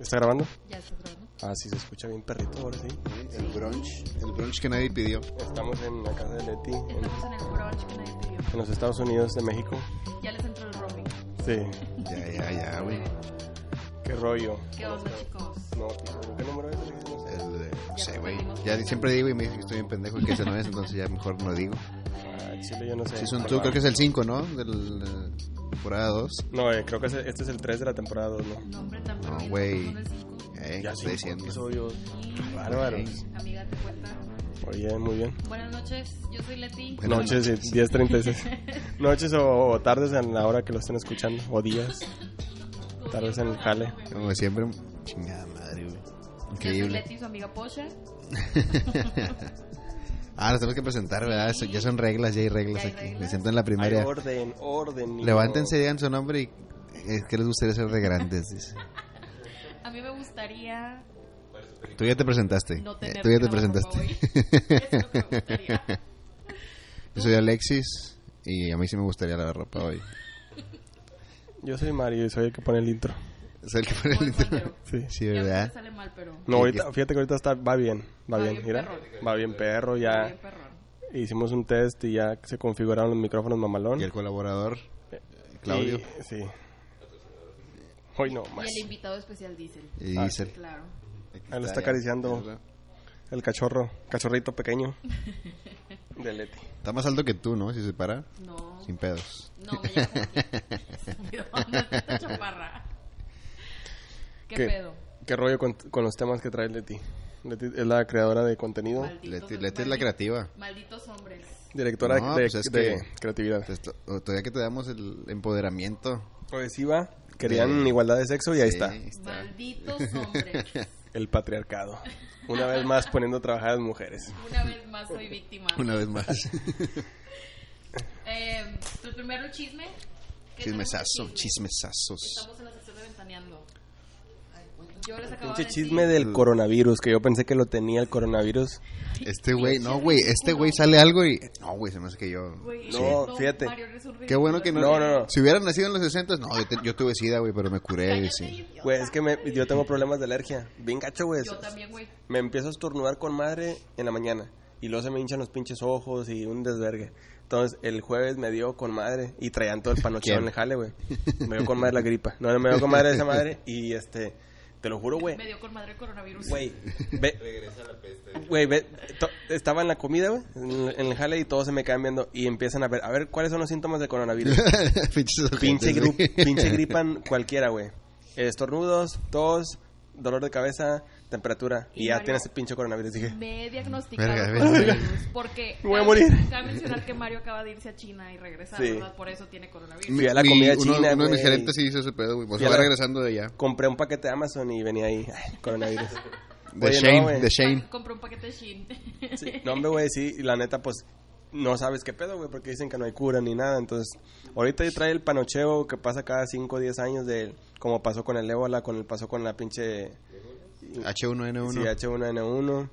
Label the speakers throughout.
Speaker 1: ¿Está grabando?
Speaker 2: Ya estás grabando.
Speaker 1: Ah, sí, se escucha bien perrito ahora sí.
Speaker 3: El brunch, el brunch que nadie pidió.
Speaker 1: Estamos en la casa de Leti, en,
Speaker 2: Estamos en el brunch que nadie pidió.
Speaker 1: en los Estados Unidos de México.
Speaker 2: Ya les entró el roaming.
Speaker 1: Sí,
Speaker 3: Ya, ya, ya, güey.
Speaker 1: qué rollo.
Speaker 2: ¿Qué onda, chicos?
Speaker 1: No, tío, ¿qué número es? No sé.
Speaker 3: El de- no sé, güey. Ya siempre digo y me dicen que estoy bien pendejo y que ese no es, entonces ya mejor no digo.
Speaker 1: Ah, Chile, yo no sé.
Speaker 3: Sí, son tú, creo que es el 5, ¿no? De la temporada 2.
Speaker 1: No, eh, creo que es- este es el 3 de la temporada 2, ¿no?
Speaker 2: No, hombre, tan perdido,
Speaker 3: güey.
Speaker 2: son las cinco.
Speaker 3: Eh, ¿qué
Speaker 1: sí,
Speaker 3: estoy diciendo?
Speaker 1: episodios.
Speaker 2: Y,
Speaker 1: Bárbaros.
Speaker 2: Amiga, te cuenta.
Speaker 1: Oye, muy bien.
Speaker 2: Buenas noches, yo soy Leti.
Speaker 3: Buenas
Speaker 1: Noches, eh, 10.36. Noches o, o tardes en la hora que lo estén escuchando, o días. Tardes en el jale.
Speaker 3: Como siempre, chingada madre, güey.
Speaker 2: Yo soy
Speaker 3: Increíble.
Speaker 2: Leti, su amiga Pocha.
Speaker 3: Ah, nos tenemos que presentar, ¿verdad? Eso- Ya son reglas, ya hay reglas
Speaker 2: Ya hay
Speaker 3: aquí.
Speaker 2: reglas.
Speaker 3: Me siento en la
Speaker 1: Hay
Speaker 3: primaria.
Speaker 1: orden, orden. hijo.
Speaker 3: Levántense, digan su nombre y es que les gustaría ser de grandes. dice.
Speaker 2: A mí me gustaría
Speaker 3: Tú ya te presentaste.
Speaker 2: no
Speaker 3: Eh,
Speaker 2: tener
Speaker 3: Tú ya te
Speaker 2: trabajo hoy. Es lo que me
Speaker 3: presentaste.
Speaker 2: gustaría.
Speaker 3: Yo soy Alexis y a mí sí me gustaría lavar ropa hoy.
Speaker 1: Yo soy Mario y soy el que pone el intro.
Speaker 3: Es el que pone
Speaker 2: Voy
Speaker 3: el
Speaker 2: paltero.
Speaker 3: intro.
Speaker 1: Sí.
Speaker 3: Sí,
Speaker 2: Ya ves que
Speaker 3: ¿verdad?
Speaker 2: sale mal, pero...
Speaker 1: No,
Speaker 3: Sí,
Speaker 1: ahorita,
Speaker 3: que-
Speaker 1: fíjate que ahorita está, va bien, va,
Speaker 2: Va
Speaker 1: bien,
Speaker 2: bien
Speaker 1: mira.
Speaker 2: perro. eh,
Speaker 1: Va bien perro, ya
Speaker 2: Bien, perro.
Speaker 1: hicimos un test y ya se configuraron los micrófonos mamalón.
Speaker 3: Y el colaborador, Claudio
Speaker 1: Y- sí. Hoy no, más.
Speaker 2: Y el invitado especial, Diesel.
Speaker 3: y
Speaker 1: Ah,
Speaker 3: Diesel.
Speaker 2: Claro.
Speaker 1: Ah, lo está acariciando. El cachorro, cachorrito pequeño de Leti.
Speaker 3: Está más alto que tú, ¿no? Si se para,
Speaker 2: No,
Speaker 3: sin pedos.
Speaker 2: No, me llamo Estúpido, ¿dónde está esta chaparra? ¿Qué,
Speaker 1: ¿Qué?
Speaker 2: pedo?
Speaker 1: ¿Qué rollo con, con los temas que trae Leti? Leti es la creadora de contenido,
Speaker 2: Malditos-
Speaker 3: Leti, Leti es la creativa.
Speaker 2: Malditos hombres.
Speaker 1: directora
Speaker 3: No,
Speaker 1: de,
Speaker 3: pues es
Speaker 1: de
Speaker 3: que-
Speaker 1: creatividad.
Speaker 3: Entonces, to- Todavía que te damos el empoderamiento.
Speaker 1: Progresiva, querían
Speaker 3: Sí.
Speaker 1: igualdad de sexo y ahí
Speaker 3: Sí,
Speaker 1: está.
Speaker 2: Malditos hombres.
Speaker 1: El patriarcado. Una vez más poniendo a trabajar a las mujeres.
Speaker 2: Una vez más soy víctima.
Speaker 3: Una vez más.
Speaker 2: Eh, pues primero el chisme. ¿Qué
Speaker 3: Chismesazo,
Speaker 2: tenemos de
Speaker 3: chismesazos.
Speaker 2: Estamos en la sección de ventaneando. Yo les acababa
Speaker 1: Pinche
Speaker 2: de
Speaker 1: chisme
Speaker 2: decir-
Speaker 1: del coronavirus, que yo pensé que lo tenía el coronavirus.
Speaker 3: Este güey, no, güey, este güey sale algo y... No, güey, se me hace que yo...
Speaker 2: Güey,
Speaker 1: No,
Speaker 2: esto,
Speaker 1: fíjate.
Speaker 2: Mario, eres un
Speaker 3: Qué bueno que no...
Speaker 1: No, no, no.
Speaker 3: Si hubieran nacido en los 60, no, yo, te- yo tuve sida, güey, pero me curé, güey,
Speaker 2: Cállate,
Speaker 3: sí.
Speaker 2: idiota.
Speaker 1: Güey, es que me- yo tengo problemas de alergia. Bien gacho, güey.
Speaker 2: Yo también, güey.
Speaker 1: Me empiezo a estornudar con madre en la mañana. Y luego se me hinchan los pinches ojos y un desvergue. Entonces, el jueves me dio con madre y traían todo el panochón
Speaker 3: ¿Quién?
Speaker 1: en el jale, güey. Me dio con madre la gripa. No, no, me dio con madre esa madre y este... Te lo juro, güey.
Speaker 2: Me dio con madre el coronavirus.
Speaker 1: Güey, ve... Regresa la peste. Güey, ve... to- Estaba en la comida, güey, en, en el jale y todos se me quedan viendo y empiezan a ver... A ver, ¿cuáles son los síntomas de coronavirus?
Speaker 3: Pinches ojetes,
Speaker 1: Pinche, gru-
Speaker 3: güey.
Speaker 1: pinche gripan cualquiera, güey. Estornudos, tos, dolor de cabeza, temperatura. Y,
Speaker 2: Y
Speaker 1: ya
Speaker 2: Mario-
Speaker 1: tienes el pinche coronavirus. Dije,
Speaker 2: Me he diagnosticado
Speaker 3: Verga,
Speaker 2: con
Speaker 3: verga.
Speaker 2: coronavirus porque
Speaker 1: Me voy a
Speaker 2: cabe-
Speaker 1: morir.
Speaker 2: Cabe mencionar que Mario acaba de irse a China y regresar,
Speaker 1: Sí.
Speaker 2: ¿verdad? Por eso tiene coronavirus.
Speaker 1: Fui a la comida
Speaker 3: uno,
Speaker 1: china,
Speaker 3: Uno de mis
Speaker 1: güey.
Speaker 3: gerentes sí hizo ese pedo, güey. Pues
Speaker 1: Fui a
Speaker 3: va
Speaker 1: la-
Speaker 3: regresando de allá.
Speaker 1: compré un paquete de Amazon y venía ahí. Ay, coronavirus.
Speaker 3: De
Speaker 1: Oye, no,
Speaker 3: Shane,
Speaker 1: güey.
Speaker 3: de Shane.
Speaker 2: Ah, Compró un paquete de Shin.
Speaker 1: Sí, No, hombre, güey, sí. Y la neta, pues, no sabes qué pedo, güey, porque dicen que no hay cura ni nada. Entonces, ahorita yo trae el panocheo que pasa cada 5 o 10 años de como pasó con el ébola, con el pasó con la pinche sí,
Speaker 3: H1N1.
Speaker 1: H1N1.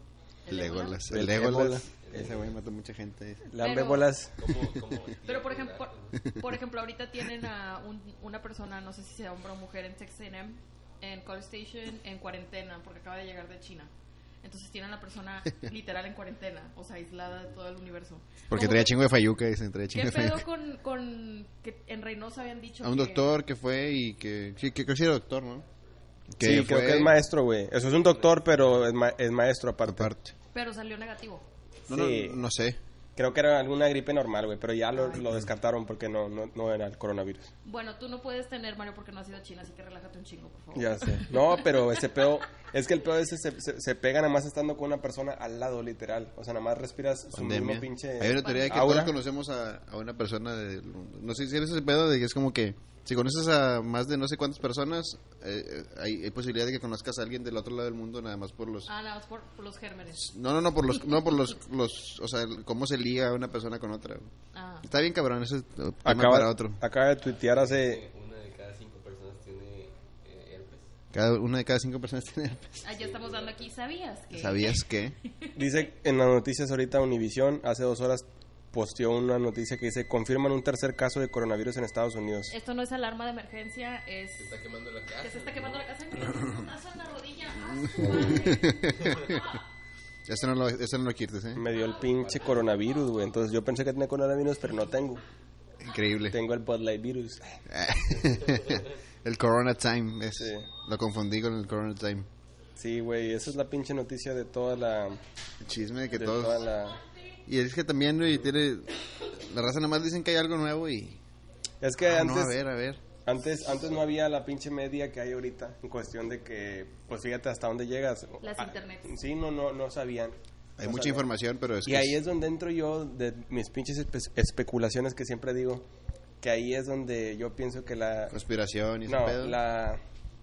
Speaker 3: Legolas.
Speaker 1: El
Speaker 3: El Legolas.
Speaker 1: ébola.
Speaker 3: Ese güey mató mucha gente.
Speaker 1: La
Speaker 2: Pero-
Speaker 1: ébolas.
Speaker 2: Pero, por ejemplo, por, por ejemplo, ahorita tienen a un- una persona, no sé si sea hombre o mujer, en Sex A&M, en Call Station, en cuarentena, porque acaba de llegar de China. Entonces tienen a la persona literal en cuarentena, o sea, aislada de todo el universo.
Speaker 3: Porque
Speaker 2: Como
Speaker 3: traía
Speaker 2: que-
Speaker 3: chingo de fayuca, dicen, traía
Speaker 2: ¿Qué
Speaker 3: chingo de
Speaker 2: pedo
Speaker 3: fayuca.
Speaker 2: con, con que en Reynosa habían dicho
Speaker 3: A un
Speaker 2: que-
Speaker 3: doctor que fue y que... Sí, que creo que sí era doctor, ¿no?
Speaker 1: Sí, creo
Speaker 3: fue-
Speaker 1: que es maestro, güey. Eso es un doctor, pero es, ma- es maestro aparte.
Speaker 3: Aparte.
Speaker 2: Pero salió negativo.
Speaker 3: No, no,
Speaker 1: Sí.
Speaker 3: no sé.
Speaker 1: Creo que era alguna gripe normal, güey, pero ya lo, lo descartaron porque no, no, no era el coronavirus.
Speaker 2: Bueno, tú no puedes tener, Mario, porque no has ido a China, así que relájate un chingo, por favor.
Speaker 1: Ya sé. No, pero ese pedo, es que el pedo ese se, se, se pega nada más estando con una persona al lado, literal. O sea, nada más respiras su
Speaker 3: Pandemia.
Speaker 1: Pues mismo pinche...
Speaker 3: Hay una teoría de que
Speaker 1: aura.
Speaker 3: todos conocemos a, a una persona de... No sé si eres ese pedo de que es como que... Si conoces a más de no sé cuántas personas, eh, eh, hay, hay posibilidad de que conozcas a alguien del otro lado del mundo nada más por los...
Speaker 2: Ah, nada más por, por los gérmenes.
Speaker 3: No, no, no, por los... No, por los, los o sea, el- cómo se liga una persona con otra. güey.
Speaker 2: Ah,
Speaker 3: Está bien cabrón, eso es tema para
Speaker 1: Acaba,
Speaker 3: otro.
Speaker 1: acaba de tuitear hace...
Speaker 4: Una de cada cinco personas tiene eh, herpes.
Speaker 3: Cada, una de cada cinco personas tiene herpes.
Speaker 2: ah, ya estamos dando aquí. ¿Sabías que?
Speaker 3: ¿Sabías qué?
Speaker 1: Dice en las noticias ahorita Univisión, hace dos horas posteó una noticia que dice confirman un tercer caso de coronavirus en Estados Unidos.
Speaker 2: Esto no es alarma de emergencia, es
Speaker 4: Se está quemando la
Speaker 2: que se
Speaker 4: casa.
Speaker 2: está quemando la casa. Mira, un putazo en la rodilla. Ah, su madre. Ah,
Speaker 3: Eso no lo, eso no lo quieres, ¿eh?
Speaker 1: Me dio el pinche coronavirus, güey. Entonces yo pensé que tenía coronavirus, pero no tengo.
Speaker 3: Increíble.
Speaker 1: Tengo el Bud Light virus.
Speaker 3: el Corona Time, es,
Speaker 1: Sí.
Speaker 3: lo confundí con el Corona Time.
Speaker 1: Sí, güey, esa es la pinche noticia de toda la...
Speaker 3: El chisme de que
Speaker 1: de
Speaker 3: todos...
Speaker 1: toda la-
Speaker 3: Y es que también, güey, tiene... La raza nada más dicen que hay algo nuevo y...
Speaker 1: Es que
Speaker 3: Ah,
Speaker 1: antes...
Speaker 3: no, a ver, a ver.
Speaker 1: Antes, antes no había la pinche media que hay ahorita en cuestión de que, pues fíjate hasta dónde llegas.
Speaker 2: Las
Speaker 1: Ah,
Speaker 2: internets.
Speaker 1: Sí, no, no, no sabían.
Speaker 3: Hay
Speaker 1: No
Speaker 3: mucha
Speaker 1: sabían.
Speaker 3: información, pero es
Speaker 1: Y
Speaker 3: que
Speaker 1: ahí
Speaker 3: es-
Speaker 1: es donde entro yo de mis pinches espe- especulaciones que siempre digo, que ahí es donde yo pienso que
Speaker 3: Pues
Speaker 1: la...
Speaker 3: conspiración y ese
Speaker 1: No,
Speaker 3: pedo.
Speaker 1: la...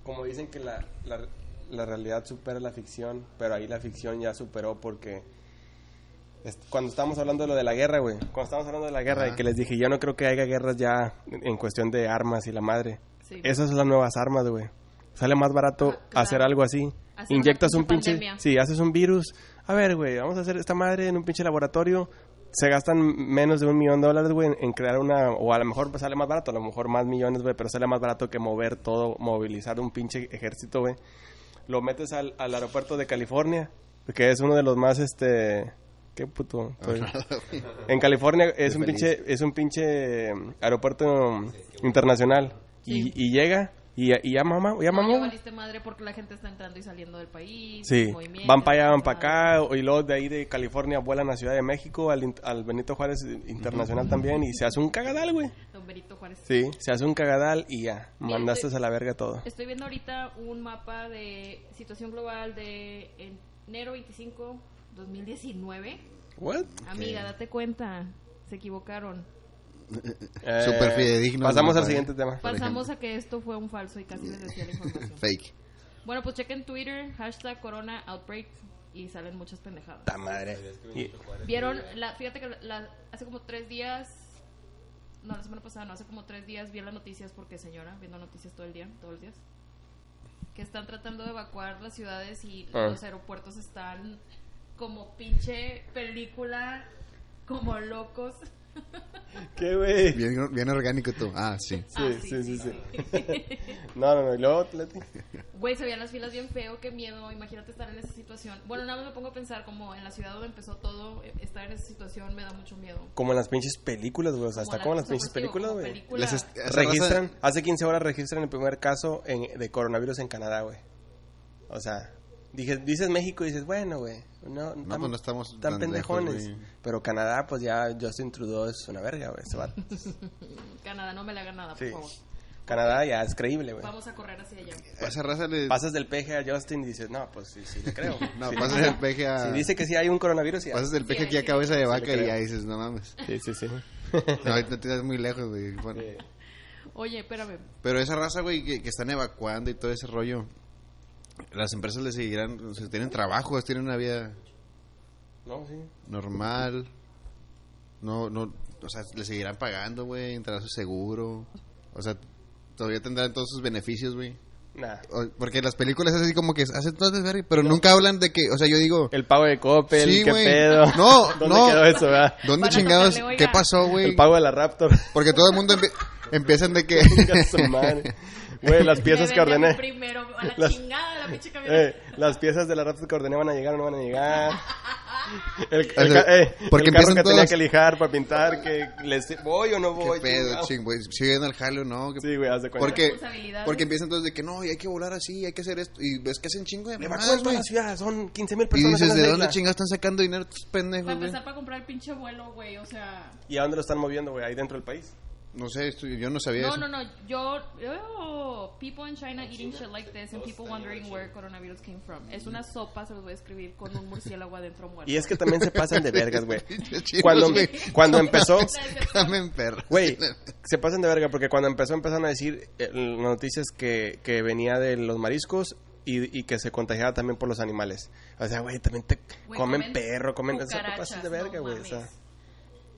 Speaker 1: Como dicen que la, la, la realidad supera la ficción, pero ahí la ficción ya superó porque... es- Cuando estábamos hablando de lo de la guerra, güey. Cuando estábamos hablando de la guerra,
Speaker 3: Ajá.
Speaker 1: y que les dije, yo no creo que haya guerras ya en cuestión de armas y la madre.
Speaker 2: sí.
Speaker 1: Esas son las nuevas armas, güey. Sale más barato
Speaker 2: Ah, claro.
Speaker 1: hacer algo así.
Speaker 2: Hacer una
Speaker 1: Inyectas
Speaker 2: pinche
Speaker 1: un pinche...
Speaker 2: pandemia.
Speaker 1: Sí, haces un virus. A ver, güey, vamos a hacer esta madre en un pinche laboratorio. Se gastan menos de un millón de dólares, güey, en- en crear una... O a lo mejor pues, sale más barato, a lo mejor más millones, güey, pero sale más barato que mover todo, movilizar un pinche ejército, güey. Lo metes al, al aeropuerto de California, que es uno de los más, este... ¿Qué puto? Estoy- en California es
Speaker 3: Estoy
Speaker 1: un
Speaker 3: feliz.
Speaker 1: pinche es un pinche mm, aeropuerto mm, internacional y,
Speaker 2: Sí.
Speaker 1: y llega y, y ya mamá ya
Speaker 2: No, ya
Speaker 1: mamó
Speaker 2: valiste madre porque la gente está entrando y saliendo del país.
Speaker 1: sí
Speaker 2: movimiento,
Speaker 1: van para allá van
Speaker 2: todo.
Speaker 1: para acá y luego de ahí de California vuelan a Ciudad de México al, in- al Benito Juárez internacional también y se hace un cagadal güey
Speaker 2: Don Benito Juárez.
Speaker 1: sí se hace un cagadal y este ya
Speaker 2: Mira,
Speaker 1: mandaste
Speaker 2: estoy-
Speaker 1: a la verga todo
Speaker 2: Estoy viendo ahorita un mapa de situación global de enero 25, 2019.
Speaker 1: what
Speaker 2: Amiga, date cuenta, se equivocaron.
Speaker 3: Eh, Súper fidedigno,
Speaker 1: pasamos
Speaker 3: ¿no?
Speaker 1: al siguiente tema
Speaker 3: Por
Speaker 2: Pasamos a que esto fue un falso y casi les decía la información.
Speaker 3: Fake.
Speaker 2: Bueno, pues chequen Twitter, hashtag Corona Outbreak y salen muchas pendejadas.
Speaker 1: Ta madre Y-
Speaker 2: Vieron, la, fíjate que la- hace como tres días, no, la semana pasada, no, hace como tres días vi las noticias porque señora, viendo noticias todo el día, todos los días, que están tratando de evacuar las ciudades y
Speaker 1: Ah.
Speaker 2: los aeropuertos están como pinche película, como locos.
Speaker 1: qué güey
Speaker 3: Bien, bien orgánico tú. Ah, sí.
Speaker 1: Sí,
Speaker 2: Ah,
Speaker 1: sí, sí, sí. no no no y luego Leti?
Speaker 2: Güey, se veían las filas bien feo, qué miedo. Imagínate estar en esa situación. Bueno, nada más me pongo a pensar como en la ciudad donde empezó todo, eh, estar en esa situación me da mucho miedo.
Speaker 1: como en las pinches películas güey o sea está como en las
Speaker 2: o sea,
Speaker 1: pinches
Speaker 2: pues, digo,
Speaker 1: películas
Speaker 2: como
Speaker 1: güey
Speaker 2: película.
Speaker 3: Les est- Esa
Speaker 1: Registran, hace 15 horas registran el primer caso en- de coronavirus en Canadá, güey. O sea, dije, dices México y dices, bueno, güey, no,
Speaker 3: No, pues no estamos
Speaker 1: tan
Speaker 3: tan
Speaker 1: pendejones.
Speaker 3: lejos, güey.
Speaker 1: pero Canadá, pues ya Justin Trudeau es una verga, güey, se va.
Speaker 2: Canadá, no me la haga nada, por
Speaker 1: Sí.
Speaker 2: favor.
Speaker 1: Canadá ya es creíble, güey.
Speaker 2: Vamos a correr hacia allá.
Speaker 3: A esa raza le...
Speaker 1: Pasas del peje a Justin y dices, no, pues sí, sí, le creo.
Speaker 3: No,
Speaker 1: Sí.
Speaker 3: pasas el peje a...
Speaker 1: Si dice que sí hay un coronavirus, ya.
Speaker 3: Pasas el peje
Speaker 2: Sí,
Speaker 3: aquí a
Speaker 2: sí.
Speaker 3: cabeza de
Speaker 1: Sí,
Speaker 3: vaca
Speaker 1: le
Speaker 3: y
Speaker 1: creo.
Speaker 3: ya dices, no mames.
Speaker 1: Sí, sí, sí.
Speaker 3: No, ahí no te das muy lejos, güey. Bueno.
Speaker 1: Sí.
Speaker 2: Oye, espérame.
Speaker 3: Pero esa raza, güey, que, que están evacuando y todo ese rollo, las empresas le seguirán, o sea, tienen trabajos, tienen una vida
Speaker 1: No, sí.
Speaker 3: normal, no, no, o sea, le seguirán pagando, güey, entrará su seguro, o sea, todavía tendrán todos sus beneficios, güey.
Speaker 1: Nah.
Speaker 3: O- Porque las películas es así como que hacen todo desvergue, pero nunca hablan de que, o sea, yo digo,
Speaker 1: El pago de Coppel,
Speaker 3: Sí,
Speaker 1: qué
Speaker 3: güey.
Speaker 1: pedo.
Speaker 3: No,
Speaker 1: ¿Dónde
Speaker 3: no.
Speaker 1: quedó eso, verdad?
Speaker 3: ¿dónde
Speaker 2: Van a
Speaker 3: chingados?
Speaker 2: tocarle, oiga.
Speaker 3: ¿Qué pasó, güey?
Speaker 1: El pago de la Raptor.
Speaker 3: Porque todo el mundo empie- empiezan de que...
Speaker 1: Chinga su madre. Güey, las piezas
Speaker 2: Me
Speaker 1: que
Speaker 2: vendí a mí
Speaker 1: ordené.
Speaker 2: Primero, a la
Speaker 1: Las-
Speaker 2: chingada, la pinche camioneta.
Speaker 1: Eh, las piezas de la Raptor que ordené van a llegar o no van a llegar. El, el,
Speaker 3: O sea,
Speaker 1: ca- eh,
Speaker 3: porque
Speaker 1: el carro
Speaker 3: empiezan
Speaker 1: que tenía
Speaker 3: todos-
Speaker 1: que lijar para pintar, que les voy o no voy.
Speaker 3: ¿Qué pedo,
Speaker 1: chingado?
Speaker 3: ching, güey? ¿Sigue yendo al jale o no? ¿Qué
Speaker 1: Sí, güey, haz de cuenta.
Speaker 3: Porque,
Speaker 2: Responsabilidades.
Speaker 3: porque empiezan todos de que no, y hay que volar así, hay que hacer esto. Y ves que hacen chingo de
Speaker 1: Evacúan
Speaker 3: mamadas,
Speaker 1: toda
Speaker 3: ah, güey.
Speaker 1: la ciudad, son 15 mil
Speaker 3: Y
Speaker 1: personas. en
Speaker 3: dices,
Speaker 1: la
Speaker 3: ¿de
Speaker 1: isla.
Speaker 3: dónde chingados están sacando dinero estos
Speaker 2: Para pues,
Speaker 3: pendejos, güey?
Speaker 2: empezar para comprar el pinche vuelo, güey, o sea...
Speaker 1: ¿Y a dónde lo están moviendo, güey? Ahí dentro del país.
Speaker 3: No sé, esto- yo no sabía
Speaker 2: No,
Speaker 3: eso.
Speaker 2: no, no. Yo, oh, people in China eating shit like this and people wondering where coronavirus came from. Es una sopa, se los voy a escribir con un murciélago adentro muerto.
Speaker 1: Y es que también se pasan de vergas, güey.
Speaker 3: Pinches chinos,
Speaker 1: Cuando,
Speaker 3: güey.
Speaker 1: cuando empezó,
Speaker 3: Dame perro.
Speaker 1: güey, se pasan de verga porque cuando empezó empezaron a decir eh, las noticias que, que venía de los mariscos y, y que se contagiaba también por los animales. O sea, güey, también te
Speaker 2: Güey,
Speaker 1: comen, perro, comen... O sea, te
Speaker 2: cucarachas,
Speaker 1: pasas de verga,
Speaker 2: no
Speaker 1: güey. o sea.
Speaker 2: mames.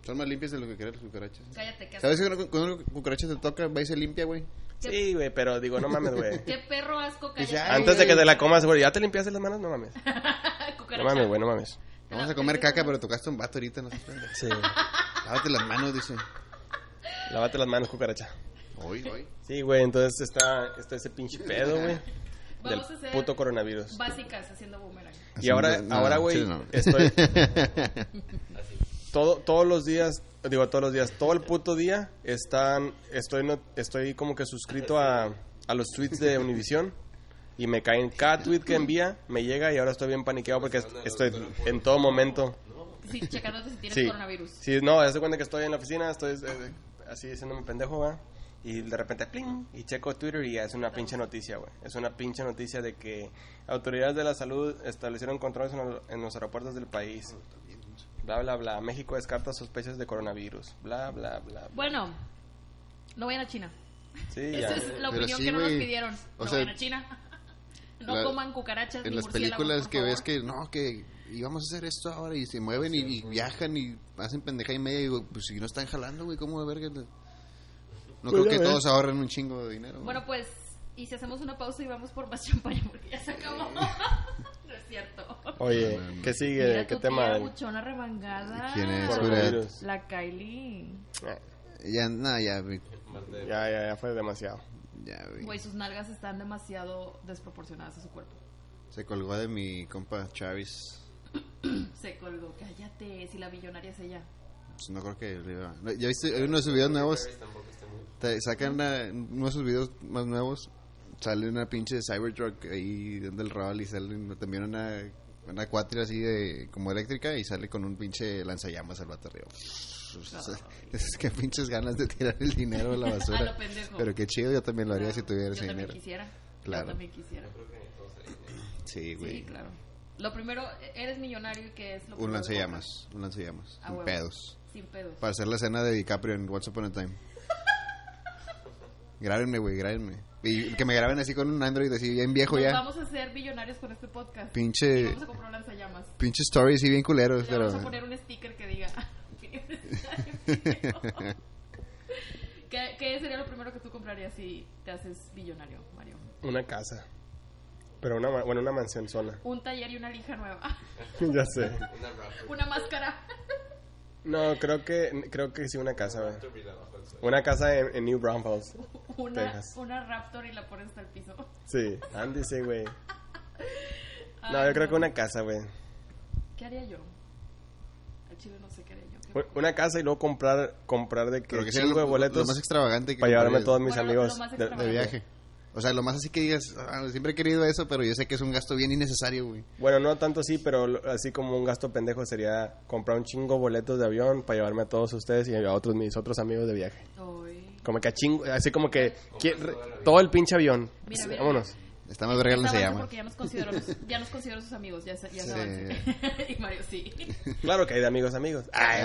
Speaker 3: Son más limpias de lo que creen las cucarachas.
Speaker 2: Cállate, ¿qué,
Speaker 3: ¿Sabes que cuando- cuando una cucaracha te toca, va y se limpia, güey?
Speaker 2: ¿Qué-
Speaker 1: sí, güey, pero digo, no mames, güey.
Speaker 2: qué perro asco
Speaker 3: Pues
Speaker 2: cállate.
Speaker 3: ya,
Speaker 1: Antes de que te la comas, güey, ¿ya te limpiaste las manos? No mames. No
Speaker 2: Cucaracha.
Speaker 1: mames, güey, no mames.
Speaker 3: Vamos a comer caca, pero tocaste un vato ahorita. No sé.
Speaker 1: Sí.
Speaker 3: Lávate las manos, dice.
Speaker 1: Lávate las manos, cucaracha.
Speaker 3: Hoy, hoy.
Speaker 1: Sí, güey, entonces está, está ese pinche pedo, güey. Del
Speaker 2: Vamos a hacer-
Speaker 1: puto coronavirus.
Speaker 2: Básicas haciendo boomerang.
Speaker 1: Y ahora,
Speaker 3: No,
Speaker 1: ahora,
Speaker 3: sí,
Speaker 1: güey,
Speaker 3: no.
Speaker 1: estoy todo, todos los días, digo todos los días, todo el puto día están, estoy, no, estoy como que suscrito a, a los tweets de Univision y me caen cada tweet que envía, me llega y ahora estoy bien paniqueado porque est- estoy en todo momento.
Speaker 2: Sí, checándote si tienes
Speaker 1: Sí,
Speaker 2: coronavirus.
Speaker 1: sí, no, hace cuenta que estoy en la oficina, estoy eh, así haciéndome pendejo, va. Y de repente, pling, y checo Twitter y es una pinche noticia, güey. Es una pinche noticia de que autoridades de la salud establecieron controles en los, en los aeropuertos del país. Bla, bla, bla. México descarta sospechas de coronavirus. Bla, bla, bla. bla.
Speaker 2: Bueno, no vayan a China.
Speaker 1: Sí, ya.
Speaker 2: Esa es la
Speaker 3: Pero
Speaker 2: opinión
Speaker 3: sí,
Speaker 2: que no nos
Speaker 3: güey.
Speaker 2: pidieron.
Speaker 3: O
Speaker 2: no
Speaker 3: sea,
Speaker 2: vayan a China. No
Speaker 3: la-
Speaker 2: coman cucarachas ni
Speaker 3: En las
Speaker 2: murciélagos,
Speaker 3: películas
Speaker 2: por
Speaker 3: que ves
Speaker 2: favor.
Speaker 3: que no, que íbamos a hacer esto ahora y se mueven y, y viajan y hacen pendeja y media. Y digo, pues si no están jalando, güey, ¿cómo de verga? No creo que todos ahorren un chingo de dinero. güey.
Speaker 2: Bueno, pues, y si hacemos una pausa y vamos por más champaña porque ya se acabó. no es cierto.
Speaker 1: Oye, ¿qué sigue?
Speaker 2: Mira
Speaker 1: ¿Qué
Speaker 2: tu tía
Speaker 1: tema?
Speaker 2: buchona remangada.
Speaker 3: ¿Quién es?
Speaker 1: Coronavirus.
Speaker 2: La Kylie.
Speaker 1: Eh,
Speaker 3: Ya, nada, ya, güey,
Speaker 1: Ya, ya, ya fue demasiado.
Speaker 3: ya, güey.
Speaker 2: Güey, sus nalgas están demasiado desproporcionadas a su cuerpo.
Speaker 3: Se colgó de mi compa Chavis.
Speaker 2: Se colgó. Cállate, si la billonaria es ella.
Speaker 3: Pues no creo que le iba- no, ¿Ya viste? Hay uno de sus videos nuevos. Te- sacan una- uno de sus videos más nuevos. Sale una pinche Cybertruck ahí dando el rol y sale una- también una, una cuatria así de, como eléctrica y sale con un pinche lanzallamas al vato arriba. O sea, es que pinches ganas de tirar el dinero a la
Speaker 2: A
Speaker 3: basura.
Speaker 2: lo pendejo.
Speaker 3: Pero qué chido, yo también lo haría si tuviera
Speaker 2: Yo
Speaker 3: ese
Speaker 2: también
Speaker 3: dinero.
Speaker 2: quisiera.
Speaker 3: Claro.
Speaker 2: Yo también quisiera.
Speaker 3: Sí,
Speaker 2: Sí,
Speaker 3: güey.
Speaker 2: claro. Lo primero, eres millonario y que es lo
Speaker 3: Un
Speaker 2: primero que
Speaker 3: lanzallamas, un lanzallamas.
Speaker 2: A
Speaker 3: Un
Speaker 2: huevo.
Speaker 3: pedos.
Speaker 2: compras? Sin pedos.
Speaker 3: Para hacer la escena de DiCaprio en What's Up on a Time. grábenme, güey, grábenme. Y que me graben así con un Android así bien viejo
Speaker 2: Nos
Speaker 3: ya.
Speaker 2: Vamos a ser billonarios con este podcast. Y
Speaker 3: Pinche,
Speaker 2: vamos a comprar un lanzallamas.
Speaker 3: pinche story así bien culeros,
Speaker 2: Le
Speaker 3: pero... eh.
Speaker 2: vamos a poner un sticker que diga. "Ah, ¿Qué, ¿Qué sería lo primero que tú comprarías si te haces billonario, Mario?
Speaker 1: Una casa. Pero una, ma- bueno, una mansión sola.
Speaker 2: Un taller y una lija nueva.
Speaker 1: ya sé.
Speaker 4: Una rapper
Speaker 2: Una máscara.
Speaker 1: No, creo que, creo que sí una casa, güey. Una casa en, en New Braunfels.
Speaker 2: Una,
Speaker 1: Texas.
Speaker 2: una Raptor y la pones hasta el piso.
Speaker 1: Sí, Andy sí, güey. No,
Speaker 2: Ay,
Speaker 1: yo creo que una casa, güey.
Speaker 2: ¿Qué haría yo? Al chile no sé qué haría yo.
Speaker 3: Pues,
Speaker 2: ¿Qué-
Speaker 1: U- Una casa y luego comprar, comprar de que
Speaker 3: Pero que sea
Speaker 1: chingo
Speaker 3: lo,
Speaker 1: de
Speaker 3: lo
Speaker 1: boletos
Speaker 3: más extravagante que
Speaker 1: para llevarme a
Speaker 3: podrías-
Speaker 1: todos mis
Speaker 2: Bueno, lo-
Speaker 1: amigos
Speaker 2: lo más
Speaker 1: de-
Speaker 2: extravagante.
Speaker 3: de viaje. O sea, lo más así que digas, "Ah, siempre he querido eso, pero yo sé que es un gasto bien innecesario, güey.
Speaker 1: Bueno, no tanto sí, pero lo- así como un gasto pendejo sería comprar un chingo de boletos de avión para llevarme a todos ustedes y a otros mis otros amigos de viaje.
Speaker 2: Ay.
Speaker 1: Como que a chingo, así como que qui- re- todo el pinche avión.
Speaker 2: Mira,
Speaker 1: Sí,
Speaker 2: mira.
Speaker 1: Vámonos.
Speaker 3: Está más
Speaker 2: Ya
Speaker 3: verga no se
Speaker 2: avance
Speaker 3: llama.
Speaker 2: Porque ya nos considero, ya nos considero sus amigos, ya, se- ya se
Speaker 3: Sí.
Speaker 2: avance. y Mario, sí.
Speaker 1: Claro que hay de amigos amigos. Ay,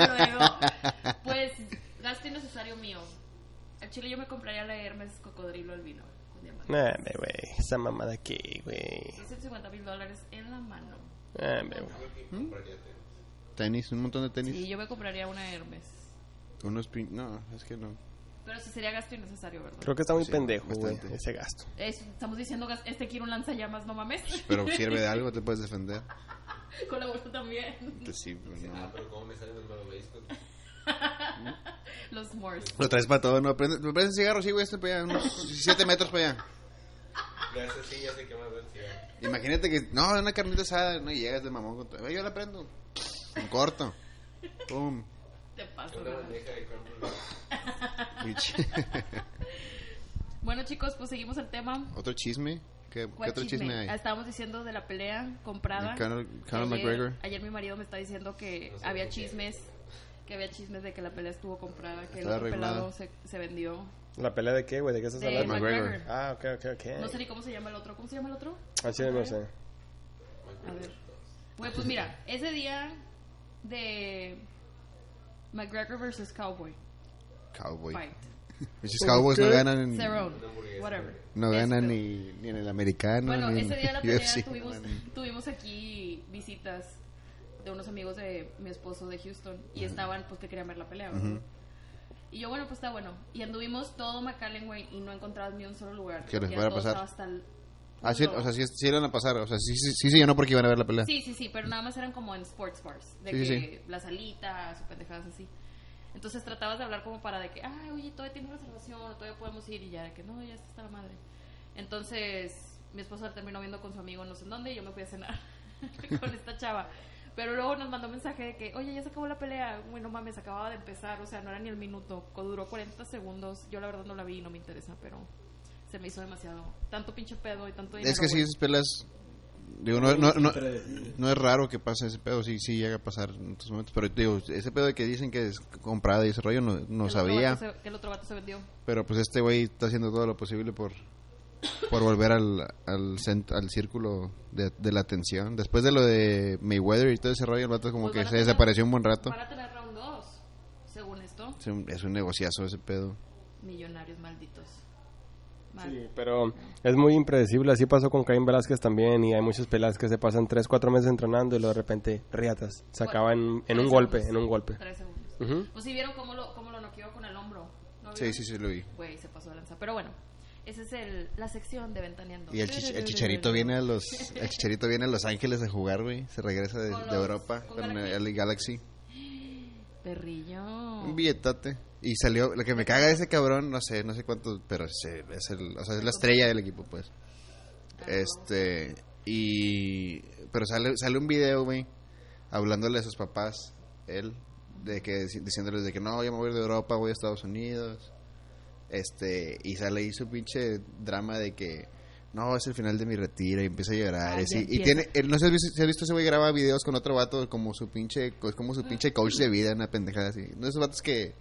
Speaker 2: Luego, luego. Pues, gasto innecesario mío. Al chile yo me compraría la Hermes Cocodrilo al vino. con diamante.
Speaker 1: no, hombre, güey, esa mamada aquí, güey.
Speaker 2: 250 mil dólares en la mano.
Speaker 1: No, hombre, güey.
Speaker 3: Tenis, un montón de tenis.
Speaker 2: Y yo me compraría una Hermes.
Speaker 3: Unos pin... No, es que no.
Speaker 2: Pero sí sería gasto innecesario, ¿verdad?
Speaker 1: Creo que está muy
Speaker 3: Sí,
Speaker 1: pendejo, güey,
Speaker 3: bastante.
Speaker 1: ese gasto.
Speaker 2: Es- estamos diciendo, gas- este quiere un lanzallamas, no mames.
Speaker 3: Pero sirve de algo, te puedes defender.
Speaker 2: Con la bolsa también.
Speaker 3: Pues sí, pero no.
Speaker 4: Pero cómo me salen los malos discos.
Speaker 2: Los Morse.
Speaker 3: Lo traes para todo, no. Prende, prende el cigarro, sí, güey, este para allá, unos 7 metros para allá.
Speaker 4: Le hace así, ya sé que más vencía.
Speaker 3: Imagínate que, no, una carnita asada, no y llegas de mamón. con todo. "Ay, Yo la prendo. Un corto. Pum.
Speaker 2: Te paso,
Speaker 4: Una
Speaker 2: ¿verdad?
Speaker 4: bandeja de crumble.
Speaker 3: Y ch-
Speaker 2: Bueno, chicos, pues seguimos el tema.
Speaker 3: Otro chisme. ¿Qué, qué
Speaker 2: ¿Cuál
Speaker 3: otro chisme,
Speaker 2: Ah,
Speaker 3: hay?
Speaker 2: Estábamos diciendo de la pelea comprada.
Speaker 3: De Conor-
Speaker 2: Ayer-
Speaker 3: Conor McGregor.
Speaker 2: Ayer mi marido me está diciendo que
Speaker 4: No sé
Speaker 2: había
Speaker 4: por qué.
Speaker 2: chismes que había chismes de que la pelea estuvo comprada, que el
Speaker 3: Estaba
Speaker 2: otro
Speaker 3: arreglada.
Speaker 2: pelado se, se vendió.
Speaker 1: ¿La pelea de qué, güey? ¿De qué estás
Speaker 2: De
Speaker 1: hablando?
Speaker 2: McGregor.
Speaker 3: McGregor.
Speaker 1: Ah, ok, ok, ok.
Speaker 2: No sé ni cómo se llama el otro. ¿Cómo se llama el otro?
Speaker 1: Al chile no sé.
Speaker 2: A ver. Güey, pues mira, ese día de McGregor versus Cowboy
Speaker 3: Cowboy.
Speaker 2: fight.
Speaker 3: Pinches Cowboys no ganan, en-
Speaker 2: Cerrone, whatever.
Speaker 3: no ganan
Speaker 2: Este-
Speaker 3: ni, ni en el americano.
Speaker 2: Bueno,
Speaker 3: ni en
Speaker 2: ese día de la pelea
Speaker 3: UFC.
Speaker 2: tuvimos, tuvimos aquí visitas de unos amigos de mi esposo de Houston y estaban, pues que querían ver la pelea. ¿verdad? Y yo, bueno, pues está bueno. Y anduvimos todo McAllen, güey, y no encontrabas ni un solo lugar.
Speaker 3: Que les
Speaker 2: Ya
Speaker 3: fuera a
Speaker 2: todo
Speaker 3: pasar.
Speaker 2: estaba hasta el
Speaker 3: Ah, sí,
Speaker 2: culo.
Speaker 3: o sea, sí, sí iban a pasar. O sea, sí, sí, sí, sí, yo no porque iban a ver la pelea.
Speaker 2: Sí, sí, sí, pero nada más eran como en sports bars, de
Speaker 3: Sí,
Speaker 2: que
Speaker 3: sí,
Speaker 2: las alitas o pendejadas así. Entonces tratabas de hablar como para de que, ay, oye, todavía tienes reservación, o todavía podemos ir, y ya, de que no, ya está la madre. Entonces, mi esposo la terminó viendo con su amigo no sé en dónde, y yo me fui a cenar con esta chava. Pero luego nos mandó mensaje de que, oye, ya se acabó la pelea. Bueno, mames, acababa de empezar, o sea, no era ni el minuto, co- duró 40 segundos. Yo la verdad no la vi, no me interesa, pero se me hizo demasiado. Tanto pinche pedo y tanto dinero.
Speaker 3: Es que sí,
Speaker 2: güey.
Speaker 3: esas pelas. Digo, no, no, no, no es raro que pase ese pedo, sí, sí llega a pasar en otros momentos. Pero digo, ese pedo de que dicen que es comprada y ese rollo, no, no
Speaker 2: Que el otro
Speaker 3: sabía.
Speaker 2: vato se- que el otro vato se vendió.
Speaker 3: Pero pues este güey está haciendo todo lo posible por, por volver al, al, cent- al círculo de, de la atención. Después de lo de Mayweather y todo ese rollo, el vato como
Speaker 2: Pues van
Speaker 3: que
Speaker 2: a
Speaker 3: se
Speaker 2: tener-
Speaker 3: desapareció un buen rato.
Speaker 2: Van a tener round 2, según esto.
Speaker 3: Es un, es un negociazo ese pedo.
Speaker 2: Millonarios malditos. Mal.
Speaker 1: Sí, pero es muy impredecible. Así pasó con Caín Velázquez también. Y hay muchas peleas que se pasan 3, 4 meses entrenando y luego de repente riatas. Se
Speaker 2: Bueno,
Speaker 1: acaba en, en
Speaker 2: tres
Speaker 1: un golpe, en
Speaker 2: segundos.
Speaker 1: un golpe.
Speaker 2: Tres segundos.
Speaker 1: Ujú.
Speaker 2: Pues si vieron cómo lo, cómo lo noqueó con el hombro. ¿No
Speaker 3: Sí,
Speaker 2: vieron?
Speaker 3: sí, sí, lo vi.
Speaker 2: Güey, se pasó de lanza. Pero bueno, esa es el, la sección de Ventaneando.
Speaker 3: Y el, chich- el chicharito viene a los el chicharito viene a Los Ángeles a jugar, güey. Se regresa de,
Speaker 2: Con
Speaker 3: de
Speaker 2: los-
Speaker 3: Europa
Speaker 2: con
Speaker 3: con
Speaker 2: Galaxy.
Speaker 3: el Galaxy.
Speaker 2: Perrillo.
Speaker 3: Un billetote. Y salió, lo que me caga de ese cabrón, no sé, no sé cuánto, pero se- es, el, o sea, es la estrella del equipo, pues. Este, y, pero sale, sale un video, güey, hablándole a sus papás, él, de que, diciéndoles de que no, yo me voy a ir de Europa, voy a Estados Unidos, este, y sale ahí su pinche drama de que, no, es el final de mi retiro, y empieza a llorar,
Speaker 2: Ah,
Speaker 3: es-
Speaker 2: ya
Speaker 3: y, y
Speaker 2: empieza.
Speaker 3: tiene, él, no sé si has visto, si has visto ese güey graba videos con otro vato, como su pinche, es como su pinche coach de vida, una pendejada así, no esos vatos que...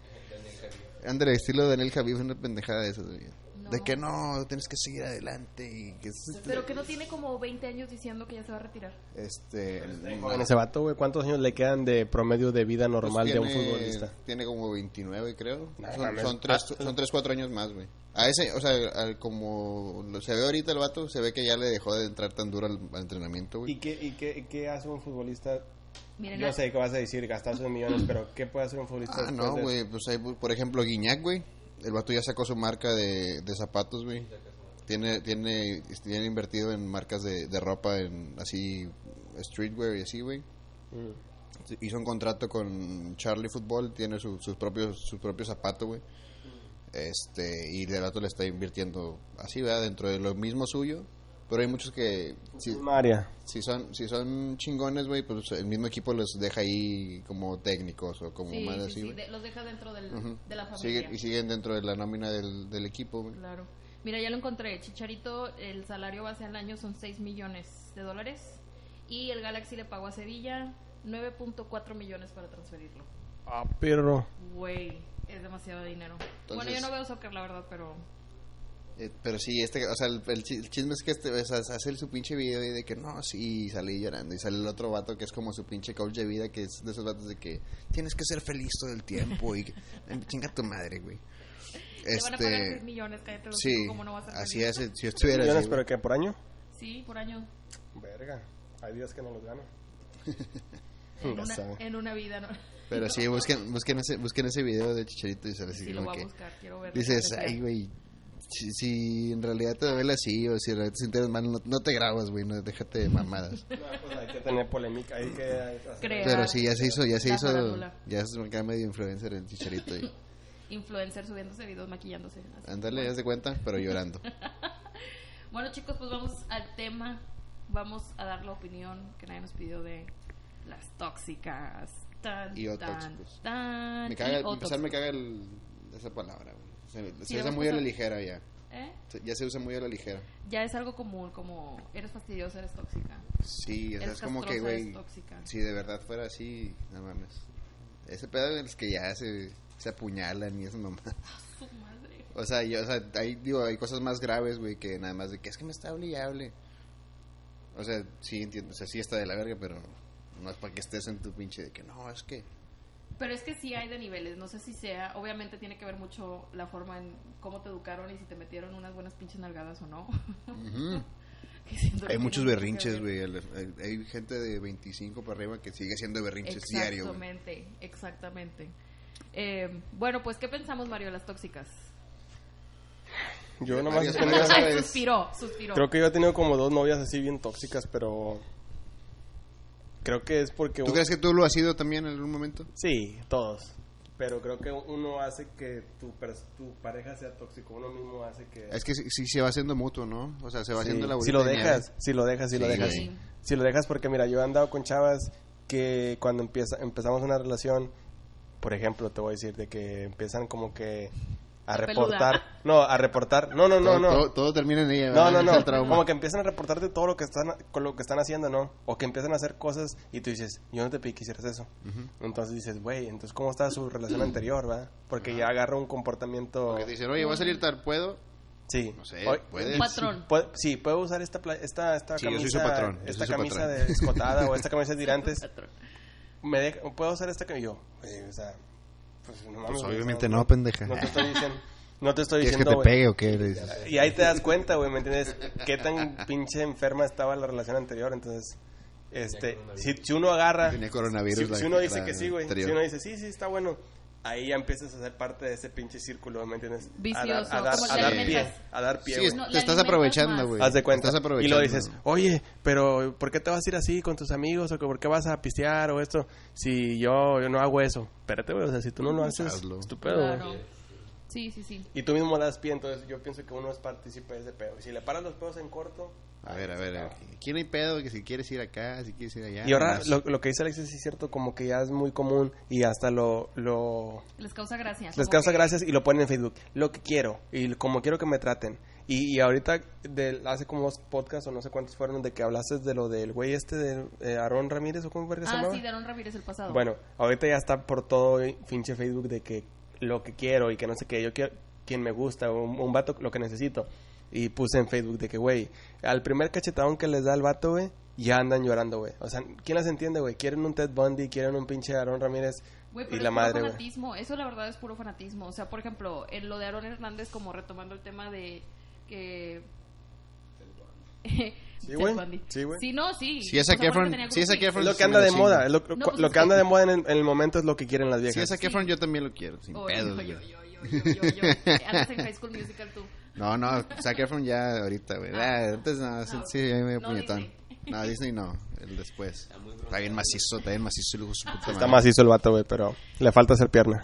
Speaker 3: André, estilo Daniel Javif, una pendejada de esas, güey.
Speaker 2: No.
Speaker 3: De que no, tienes que seguir adelante y que...
Speaker 2: Pero que no tiene como 20 años diciendo que ya se va a retirar.
Speaker 3: Este.
Speaker 1: Bueno, ese vato, güey, ¿cuántos años le quedan de promedio de vida
Speaker 3: pues
Speaker 1: normal de un
Speaker 3: tiene-
Speaker 1: futbolista?
Speaker 3: Tiene como 29, creo.
Speaker 1: No,
Speaker 3: Son,
Speaker 1: mames. Ah,
Speaker 3: son, tres, son tres, cuatro años más, güey. A ese, o sea, al- como lo- se ve ahorita el vato, se ve que ya le dejó de entrar tan duro al, al
Speaker 1: ¿Y
Speaker 3: entrenamiento, güey.
Speaker 1: qué, y qué, y qué hace un futbolista?
Speaker 2: Miren,
Speaker 1: Yo
Speaker 2: la-
Speaker 1: sé que vas a decir gastar sus millones, pero ¿qué puede hacer un futbolista?
Speaker 3: Ah,
Speaker 1: después
Speaker 3: no,
Speaker 1: de-
Speaker 3: güey. Pues hay, por ejemplo, Guiñac, güey. El vato ya sacó su marca de, de zapatos, güey. Tiene, tiene, este, tiene invertido en marcas de, de ropa, en así, streetwear y así, güey.
Speaker 1: Mm.
Speaker 3: hizo un contrato con Charlie Football, tiene su- sus propios sus propios zapatos, güey. Este, y de rato le está invirtiendo así, ¿verdad? Dentro de lo mismo suyo, pero hay muchos que si,
Speaker 1: María.
Speaker 3: si son si son chingones, güey, pues el mismo equipo los deja ahí como técnicos o como
Speaker 2: Sí,
Speaker 3: más
Speaker 2: sí,
Speaker 3: así,
Speaker 2: sí,
Speaker 3: güey.
Speaker 2: de- los deja dentro del-
Speaker 3: Ujú.
Speaker 2: de la familia.
Speaker 3: Sigue- y siguen dentro de la nómina del, del equipo, güey.
Speaker 2: Claro. Mira, ya lo encontré. Chicharito, el salario base al año son 6 millones de dólares. Y el Galaxy le pagó a Sevilla 9.4 millones para transferirlo.
Speaker 1: Ah, perro.
Speaker 2: Güey, es demasiado dinero. bueno, yo
Speaker 3: Entonces-
Speaker 2: no veo soccer, la verdad, pero.
Speaker 3: Eh, pero sí, este, o sea, el, el chi- el chisme es que este, o sea, hace su pinche video y de que no, sí, y salí llorando. Y sale el otro vato que es como su pinche coach de vida, que es de esos vatos de que tienes que ser feliz todo el tiempo y que- chinga tu madre, güey.
Speaker 2: Te van a pagar 6
Speaker 3: Este,
Speaker 2: millones, cállate. los
Speaker 3: sí,
Speaker 2: hocico, ¿cómo no vas a ser
Speaker 3: así
Speaker 2: feliz?
Speaker 3: es, si yo estuviera
Speaker 1: ¿Millones,
Speaker 3: así, güey.
Speaker 1: pero qué, por año?
Speaker 2: Sí, por año.
Speaker 1: Verga. Hay días que no los gano.
Speaker 2: En
Speaker 1: Ya
Speaker 2: una,
Speaker 1: sabe.
Speaker 2: en una vida, ¿no?
Speaker 3: Pero sí, busquen, busquen, ese, busquen ese video de Chicharito y sale así
Speaker 2: Sí, lo
Speaker 3: como
Speaker 2: voy a
Speaker 3: que
Speaker 2: buscar, quiero ver.
Speaker 3: dices, ay, güey, si, si en realidad te duele así o si en realidad te sientes mal, no, no te grabas, güey, no, déjate de mamadas.
Speaker 1: No, pues hay que tener polémica. Hay que hacer-
Speaker 2: Creo.
Speaker 3: Pero sí, ya se hizo, ya se
Speaker 2: La
Speaker 3: hizo,
Speaker 2: farándula.
Speaker 3: ya es acá medio influencer el chicharito. Y,
Speaker 2: Influencer subiéndose videos, maquillándose. así.
Speaker 3: ándale, haz de cuenta, pero llorando.
Speaker 2: Bueno, chicos, pues vamos al tema. Vamos a dar la opinión que nadie nos pidió de las tóxicas. Tan,
Speaker 3: Y o
Speaker 2: tan,
Speaker 3: tóxicos.
Speaker 2: tan,
Speaker 3: Me caga,
Speaker 2: y o
Speaker 3: para empezar me
Speaker 2: tóxicos.
Speaker 3: caga el- esa palabra, güey. Se,
Speaker 2: Sí,
Speaker 3: se usa
Speaker 2: vamos
Speaker 3: muy a la
Speaker 2: pasando.
Speaker 3: ligera ya.
Speaker 2: ¿Eh?
Speaker 3: Se- Ya se usa muy a la ligera.
Speaker 2: Ya es algo común, como eres fastidiosa, eres tóxica.
Speaker 3: Sí, o sea,
Speaker 2: Eres
Speaker 3: es como que,
Speaker 2: castrosa, eres
Speaker 3: güey,
Speaker 2: tóxica.
Speaker 3: si de verdad fuera así, no mames. Ese pedo es que ya se, se apuñalan y eso nomás.
Speaker 2: Su madre.
Speaker 3: O sea, yo, o sea, hay, digo, hay cosas más graves, güey, que nada más de que es que me está hable y hable. O sea, sí entiendo, o sea, sí está de la verga, pero no es para que estés en tu pinche de que no, es que.
Speaker 2: Pero es que sí hay de niveles, no sé si sea, obviamente tiene que ver mucho la forma en cómo te educaron y si te metieron unas buenas pinches nalgadas o no.
Speaker 3: Ujú.
Speaker 2: Que siento que
Speaker 3: Hay
Speaker 2: tiene
Speaker 3: muchos
Speaker 2: mucho que ver.
Speaker 3: berrinches, güey. el- Hay, hay gente de 25 para arriba que sigue haciendo berrinches diario, güey.
Speaker 2: Exactamente, exactamente. Eh, bueno, pues, ¿qué pensamos, Mario, de las tóxicas?
Speaker 1: Yo nomás he
Speaker 3: varias
Speaker 1: tenido-
Speaker 3: cosas.
Speaker 2: Ay,
Speaker 3: es-
Speaker 2: suspiró, suspiró.
Speaker 1: Creo que yo he tenido como dos novias así bien tóxicas, pero. Creo que es porque.
Speaker 3: ¿Tú
Speaker 1: un-
Speaker 3: crees que tú lo has sido también en algún momento?
Speaker 1: Sí, todos. Pero creo que uno hace que tu, pers- tu pareja sea tóxico. Uno mismo hace que.
Speaker 3: Es que sí, sí se va haciendo mutuo, ¿no? O sea, se va
Speaker 1: Sí,
Speaker 3: haciendo la
Speaker 1: si
Speaker 3: bolita
Speaker 1: lo
Speaker 3: de nieve.
Speaker 1: dejas, si lo dejas, si lo
Speaker 3: Sí,
Speaker 1: dejas.
Speaker 3: güey.
Speaker 1: Si lo dejas porque mira, yo he andado con chavas que cuando empieza, empezamos una relación, por ejemplo, te voy a decir de que empiezan como que a
Speaker 2: La peluda.
Speaker 1: reportar, no, a reportar. No, no, no,
Speaker 3: Todo,
Speaker 1: no.
Speaker 3: todo- todo termina en ella.
Speaker 1: No,
Speaker 3: ¿verdad?
Speaker 1: no,
Speaker 3: Es el
Speaker 1: no.
Speaker 3: trauma.
Speaker 1: Como que empiezan a reportarte todo lo que están con lo que están haciendo, ¿no? O que empiezan a hacer cosas y tú dices, "Yo no te pedí que hicieras eso." Entonces dices, "Güey, entonces cómo está su relación anterior, va?" Porque ya agarra un comportamiento
Speaker 3: Porque te dicen, oye, voy a salir tal, ¿puedo.
Speaker 1: Sí.
Speaker 3: No sé,
Speaker 1: Mm. Hoy-
Speaker 3: puedes.
Speaker 2: Un patrón.
Speaker 1: Puedo- sí, puedo usar esta pla- esta esta
Speaker 3: Sí, yo
Speaker 1: camisa,
Speaker 3: soy su patrón, yo
Speaker 1: esta
Speaker 3: soy su
Speaker 1: camisa
Speaker 3: patrón.
Speaker 1: de escotada o esta camisa de tirantes.
Speaker 2: Patrón.
Speaker 1: Me deja- puedo usar esta que yo, eh, o sea, pues, no mames,
Speaker 3: Pues
Speaker 1: güey,
Speaker 3: obviamente no, pendeja.
Speaker 1: No te estoy diciendo, no te estoy
Speaker 3: ¿Quieres que
Speaker 1: diciendo,
Speaker 3: te
Speaker 1: güey.
Speaker 3: pegue o qué? Le dices.
Speaker 1: Y ahí te das cuenta, güey, ¿me entiendes? Qué tan pinche enferma estaba la relación anterior, entonces este si, si uno agarra
Speaker 3: Tenía coronavirus
Speaker 1: si,
Speaker 3: la-
Speaker 1: si uno dice
Speaker 3: la
Speaker 1: que sí, güey, si
Speaker 3: anterior.
Speaker 1: uno dice, "Sí, sí, está bueno." Ahí ya empiezas a ser parte de ese pinche círculo, ¿me entiendes? A dar-
Speaker 2: Vicioso,
Speaker 1: a dar,
Speaker 2: como
Speaker 1: a
Speaker 3: le
Speaker 1: dar pie,
Speaker 2: alimentas.
Speaker 1: a dar pie.
Speaker 3: Sí,
Speaker 1: güey.
Speaker 3: es-
Speaker 2: No, la
Speaker 3: te estás
Speaker 2: alimentas más.
Speaker 3: aprovechando, güey.
Speaker 1: Haz de cuenta.
Speaker 3: Te estás
Speaker 1: y
Speaker 3: aprovechando.
Speaker 1: lo dices, oye, pero ¿por qué te vas a ir así con tus amigos? ¿O que por qué vas a pistear o esto? Si yo, yo no hago eso. Espérate, güey, o sea, si tú no lo haces,
Speaker 3: Hazlo.
Speaker 1: es tu pedo, güey.
Speaker 2: Claro. Sí, sí, sí.
Speaker 1: Y tú mismo das pie, entonces yo pienso que uno es partícipe de ese pedo. Y si le paras los pedos en corto...
Speaker 3: A ver, a ver, a ver. Aquí no hay pedo, que si quieres ir acá, si quieres ir allá.
Speaker 1: Y ahora
Speaker 3: nomás.
Speaker 1: lo, lo que dice Alexis sí es cierto, como que ya es muy común y hasta lo... lo
Speaker 2: Les causa gracia.
Speaker 1: les
Speaker 2: como
Speaker 1: causa
Speaker 2: que-
Speaker 1: gracias y lo ponen en Facebook. Lo que quiero y como quiero que me traten. Y, y ahorita, del hace como dos podcasts o no sé cuántos fueron, de que hablaste de lo del güey este de eh, Aarón Ramírez o cómo verga se
Speaker 2: Ah,
Speaker 1: llamaba.
Speaker 2: sí, Darón Ramírez el pasado.
Speaker 1: Bueno, ahorita ya está por todo el pinche Facebook de que lo que quiero y que no sé qué, yo quiero quien me gusta, un, un vato lo que necesito. Y puse en Facebook de que, güey, al primer cachetadón que les da el vato, güey, ya andan llorando, güey. O sea, ¿quién las entiende, güey? Quieren un Ted Bundy, quieren un pinche Aaron Ramírez
Speaker 2: Güey, pero
Speaker 1: y
Speaker 2: es
Speaker 1: la
Speaker 2: puro
Speaker 1: madre, güey.
Speaker 2: fanatismo. Eso la verdad es puro fanatismo. O sea, por ejemplo, en lo de Aaron Hernández, como retomando el tema de que...
Speaker 1: Sí,
Speaker 2: Ted
Speaker 1: güey.
Speaker 2: Bundy.
Speaker 1: Sí, güey.
Speaker 2: Sí, no, sí.
Speaker 3: Si es
Speaker 2: O sea,
Speaker 3: a Kefron,
Speaker 2: porque tenía
Speaker 3: si es a
Speaker 2: groupie.
Speaker 3: Kefron,
Speaker 1: Es lo que
Speaker 3: sí me
Speaker 1: anda de
Speaker 3: chingo.
Speaker 1: moda, es lo,
Speaker 2: No,
Speaker 1: cu-
Speaker 2: pues
Speaker 1: lo que
Speaker 2: es que-
Speaker 1: anda de moda en, en el momento es lo que quieren las
Speaker 3: Si
Speaker 1: viejas.
Speaker 3: es a
Speaker 2: Sí. Oh,
Speaker 3: Kefron, yo también lo quiero, sin
Speaker 2: Oy,
Speaker 3: pedos.
Speaker 2: oy,
Speaker 3: güey.
Speaker 2: oy, oy, oy, oy, oy, oy. Andas en High School Musical tú.
Speaker 3: No, no, Zac Efron ya ahorita, güey. Ah, antes no, sí,
Speaker 2: no.
Speaker 3: sí, ahí medio
Speaker 2: No,
Speaker 3: puñetón.
Speaker 2: Disney.
Speaker 3: No, Disney no, el después. Está bien macizo, está bien macizo el hijo de su puta madre.
Speaker 1: Está macizo el vato, güey, pero le falta hacer pierna.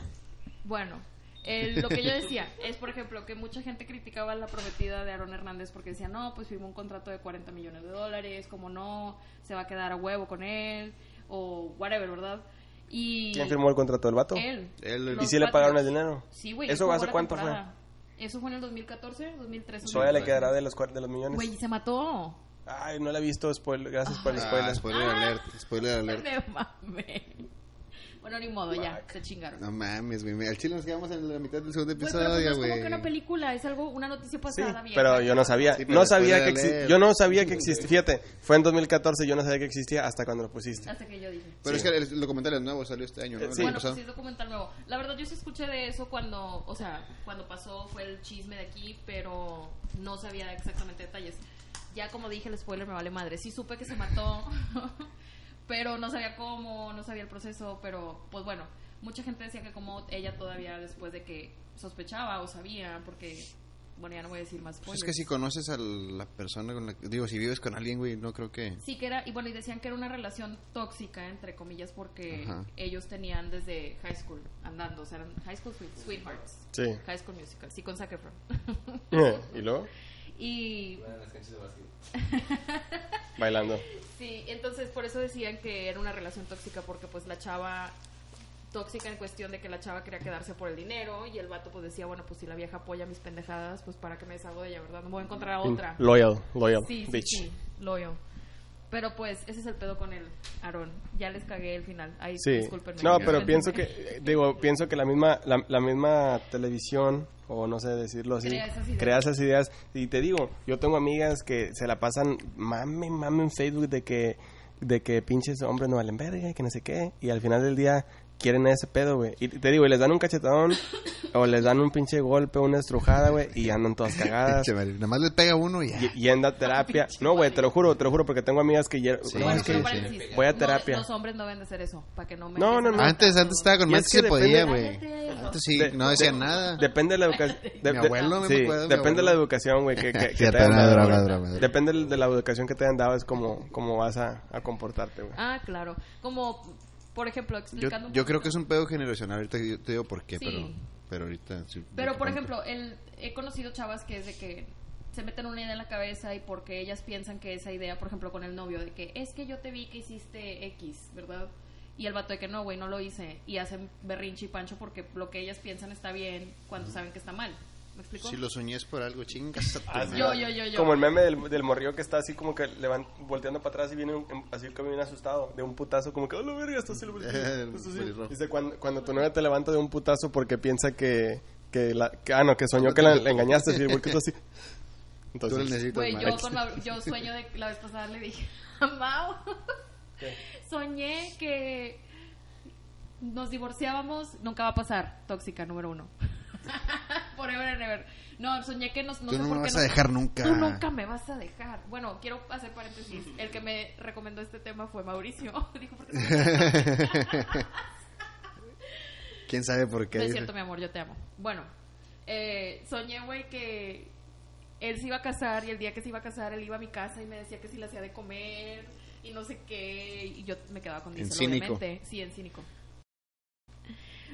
Speaker 2: Bueno, el- lo que yo decía es, por ejemplo, que mucha gente criticaba la prometida de Aaron Hernández porque decía, no, pues firmó un contrato de 40 millones de dólares, como no, se va a quedar a huevo con él, o whatever, ¿verdad? Y
Speaker 1: ¿Quién firmó el contrato del vato?
Speaker 2: Él.
Speaker 3: Él,
Speaker 1: ¿Y
Speaker 3: el-
Speaker 2: Los
Speaker 1: si le
Speaker 2: Patriots.
Speaker 1: pagaron el dinero?
Speaker 2: Sí, güey. él
Speaker 1: ¿Eso
Speaker 2: jugó
Speaker 1: hace
Speaker 2: la
Speaker 1: cuánto fue?
Speaker 2: temporada. Eso fue en el 2014, 2013.
Speaker 1: Todavía le
Speaker 3: Sí.
Speaker 1: quedará de los, cuar- de los millones.
Speaker 2: Güey, se mató.
Speaker 1: Ay, no la he visto, spoiler. Gracias por el spoiler.
Speaker 3: Ah, spoiler alert, spoiler alert.
Speaker 2: Me mamé. Bueno, ni modo, ya, se chingaron.
Speaker 3: No mames, güey. Al chile nos quedamos en la mitad del segundo
Speaker 2: Güey, pero pues no
Speaker 3: episodio,
Speaker 2: es como
Speaker 3: güey.
Speaker 2: que una película, es algo, una noticia
Speaker 1: Sí,
Speaker 2: pasada. vieja.
Speaker 1: pero yo no sabía,
Speaker 3: Sí, pero
Speaker 1: no
Speaker 3: después
Speaker 1: sabía
Speaker 3: de
Speaker 1: que
Speaker 3: leer.
Speaker 1: existía, yo no sabía que existía, fíjate, fue en 2014, yo no sabía que existía hasta cuando lo pusiste.
Speaker 2: Hasta que yo dije.
Speaker 3: Pero es que el el documental es nuevo, salió este año, ¿no?
Speaker 1: Eh,
Speaker 3: El
Speaker 1: sí.
Speaker 3: año
Speaker 2: Bueno,
Speaker 3: pasado.
Speaker 2: pues sí es documental nuevo. La verdad yo sí escuché de eso cuando, o sea, cuando pasó fue el chisme de aquí, pero no sabía exactamente detalles. Ya como dije, el spoiler me vale madre. Sí supe que se mató, pero no sabía cómo, no sabía el proceso, pero pues bueno, mucha gente decía que como ella todavía después de que sospechaba o sabía, porque, bueno, ya no voy a decir más
Speaker 3: Pues
Speaker 2: spoilers.
Speaker 3: es que si conoces a la persona con la que... Digo, si vives con alguien, güey, no creo que...
Speaker 2: Sí, que era, y bueno, y decían que era una relación tóxica, entre comillas, porque
Speaker 3: Ajá.
Speaker 2: ellos tenían desde high school andando, o sea, eran high school sweet- sweethearts.
Speaker 1: Sí.
Speaker 2: High School Musical, sí, con Zac Efron.
Speaker 1: ¿Y luego?
Speaker 2: y
Speaker 4: Una de las canchas de básquet.
Speaker 1: Bailando.
Speaker 2: sí, entonces por eso decían que era una relación tóxica, porque pues la chava, tóxica en cuestión de que la chava quería quedarse por el dinero, y el vato pues decía, bueno, pues si la vieja apoya mis pendejadas, pues para que me deshago de ella, ¿verdad? No voy a encontrar a otra.
Speaker 1: Loyal, loyal,
Speaker 2: Sí, sí,
Speaker 1: bitch.
Speaker 2: sí, loyal. Pero pues ese es el pedo con el Aarón. Ya les cagué el final. Ahí,
Speaker 1: Sí.
Speaker 2: discúlpenme.
Speaker 1: No, pero pienso que digo, pienso que la misma la, la misma televisión o no sé decirlo así,
Speaker 2: Crea esas ideas.
Speaker 1: crea esas ideas y te digo, yo tengo amigas que se la pasan mame mame en Facebook de que de que pinches hombres no valen verga y que no sé qué y al final del día quieren ese pedo, güey. Y te digo, y les dan un cachetadón o les dan un pinche golpe, una estrujada, güey, y andan todas cagadas.
Speaker 3: Pinche madre, Nada más le pega uno y ya.
Speaker 1: Ah, Y, y anda a terapia. No, güey, te lo juro, te lo juro, porque tengo amigas que... ya-
Speaker 3: Sí.
Speaker 1: no,
Speaker 2: Bueno,
Speaker 1: es que-
Speaker 2: pero
Speaker 3: sí.
Speaker 2: paréntesis,
Speaker 1: Voy a
Speaker 2: no,
Speaker 1: terapia.
Speaker 2: los hombres no deben de hacer eso. Para que no me.
Speaker 1: No, no, no.
Speaker 3: Antes, antes estaba con
Speaker 1: Y es
Speaker 3: más que
Speaker 1: que
Speaker 3: se podía, güey.
Speaker 1: depende-
Speaker 3: Antes sí,
Speaker 1: De-
Speaker 3: no
Speaker 1: de-
Speaker 3: decía nada.
Speaker 1: Depende de la educación.
Speaker 3: Mi abuelo, me acuerdo de mi
Speaker 1: depende de la
Speaker 3: abuelo.
Speaker 1: educación, güey. Que, que- que
Speaker 3: Cierto,
Speaker 1: te hayan
Speaker 3: no,
Speaker 1: dado,
Speaker 3: droga,
Speaker 1: güey.
Speaker 3: droga, droga.
Speaker 1: Depende del- de la educación que te hayan dado, es como, como vas a, a comportarte, güey.
Speaker 2: Ah, claro. Como, por ejemplo,
Speaker 3: Yo,
Speaker 2: explicando. un
Speaker 3: yo creo
Speaker 2: poquito-
Speaker 3: que es un pedo generacional. Ahorita yo te digo por qué,
Speaker 2: Sí.
Speaker 3: pero, pero ahorita sí.
Speaker 2: Pero,
Speaker 3: te
Speaker 2: por
Speaker 3: cuento.
Speaker 2: ejemplo, el, he conocido chavas que es de que se meten una idea en la cabeza y porque ellas piensan que esa idea, por ejemplo, con el novio, de que es que yo te vi que hiciste X, ¿verdad? Y el vato de que no, güey, no lo hice. Y hacen berrinche y pancho porque lo que ellas piensan está bien cuando saben que está mal. ¿Me explico?
Speaker 3: Si lo soñes por algo,
Speaker 1: Ah,
Speaker 3: chingas. a tu madre.
Speaker 2: Ah, Yo, yo, yo, yo.
Speaker 1: Pues, Como el meme del, del morrillo que está así como que le van volteando para atrás y viene un- así que viene asustado de un putazo como que, oh, la verga, estás el estás así".
Speaker 3: pelirrojo.
Speaker 1: Dice, cuando, cuando tu novia te levanta de un putazo porque piensa que, que, la, que- ah, no, que soñó que la, la engañaste, así, porque tú así.
Speaker 3: Tú le
Speaker 1: Entonces,
Speaker 3: necesitas
Speaker 2: Güey,
Speaker 3: más.
Speaker 2: yo, con la- yo sueño de la vez pasada le dije a Mau, soñé que nos divorciábamos, nunca va a pasar, tóxica número uno. Forever and ever. No, soñé que nos, no
Speaker 3: Tú
Speaker 2: sé
Speaker 3: no
Speaker 2: por
Speaker 3: me
Speaker 2: qué
Speaker 3: vas
Speaker 2: no-
Speaker 3: a dejar nunca.
Speaker 2: Tú nunca me vas a dejar. Bueno, quiero hacer paréntesis. El que me recomendó este tema fue Mauricio. Dijo, "¿Por qué te
Speaker 3: ¿Quién sabe por qué?
Speaker 2: No es cierto, mi amor, yo te amo. Bueno, eh, soñé, güey, que él se iba a casar y el día que se iba a casar, él iba a mi casa y me decía que si le hacía de comer y no sé qué. Y yo me quedaba con
Speaker 3: En
Speaker 2: Diesel,
Speaker 3: cínico.
Speaker 2: obviamente. Sí, en cínico.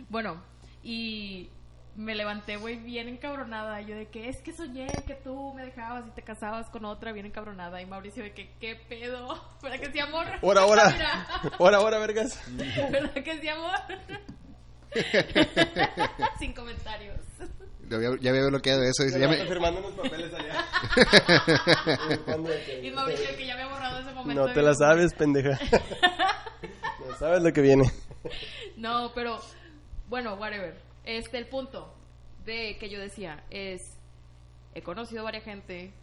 Speaker 2: Bueno, y me levanté, güey, bien encabronada. Yo de que es que soñé que tú me dejabas y te casabas con otra, bien encabronada. Y Mauricio de que, ¿qué pedo? ¿Verdad que sí, amor?
Speaker 1: ¡Hora, hora!
Speaker 2: Ah, Mira.
Speaker 1: ¡Hora, hora, vergas!
Speaker 2: ¿Verdad que sí, amor? Sin comentarios.
Speaker 3: Ya había, ya había bloqueado eso. dice, ya me-
Speaker 1: Firmando unos papeles allá. Firmando de que-
Speaker 2: Y Mauricio, que ya había borrado ese momento.
Speaker 1: No te
Speaker 2: de-
Speaker 1: la sabes, pendeja. no sabes lo que viene.
Speaker 2: No, pero bueno, whatever. Este, el punto de que yo decía es, he conocido varias gente,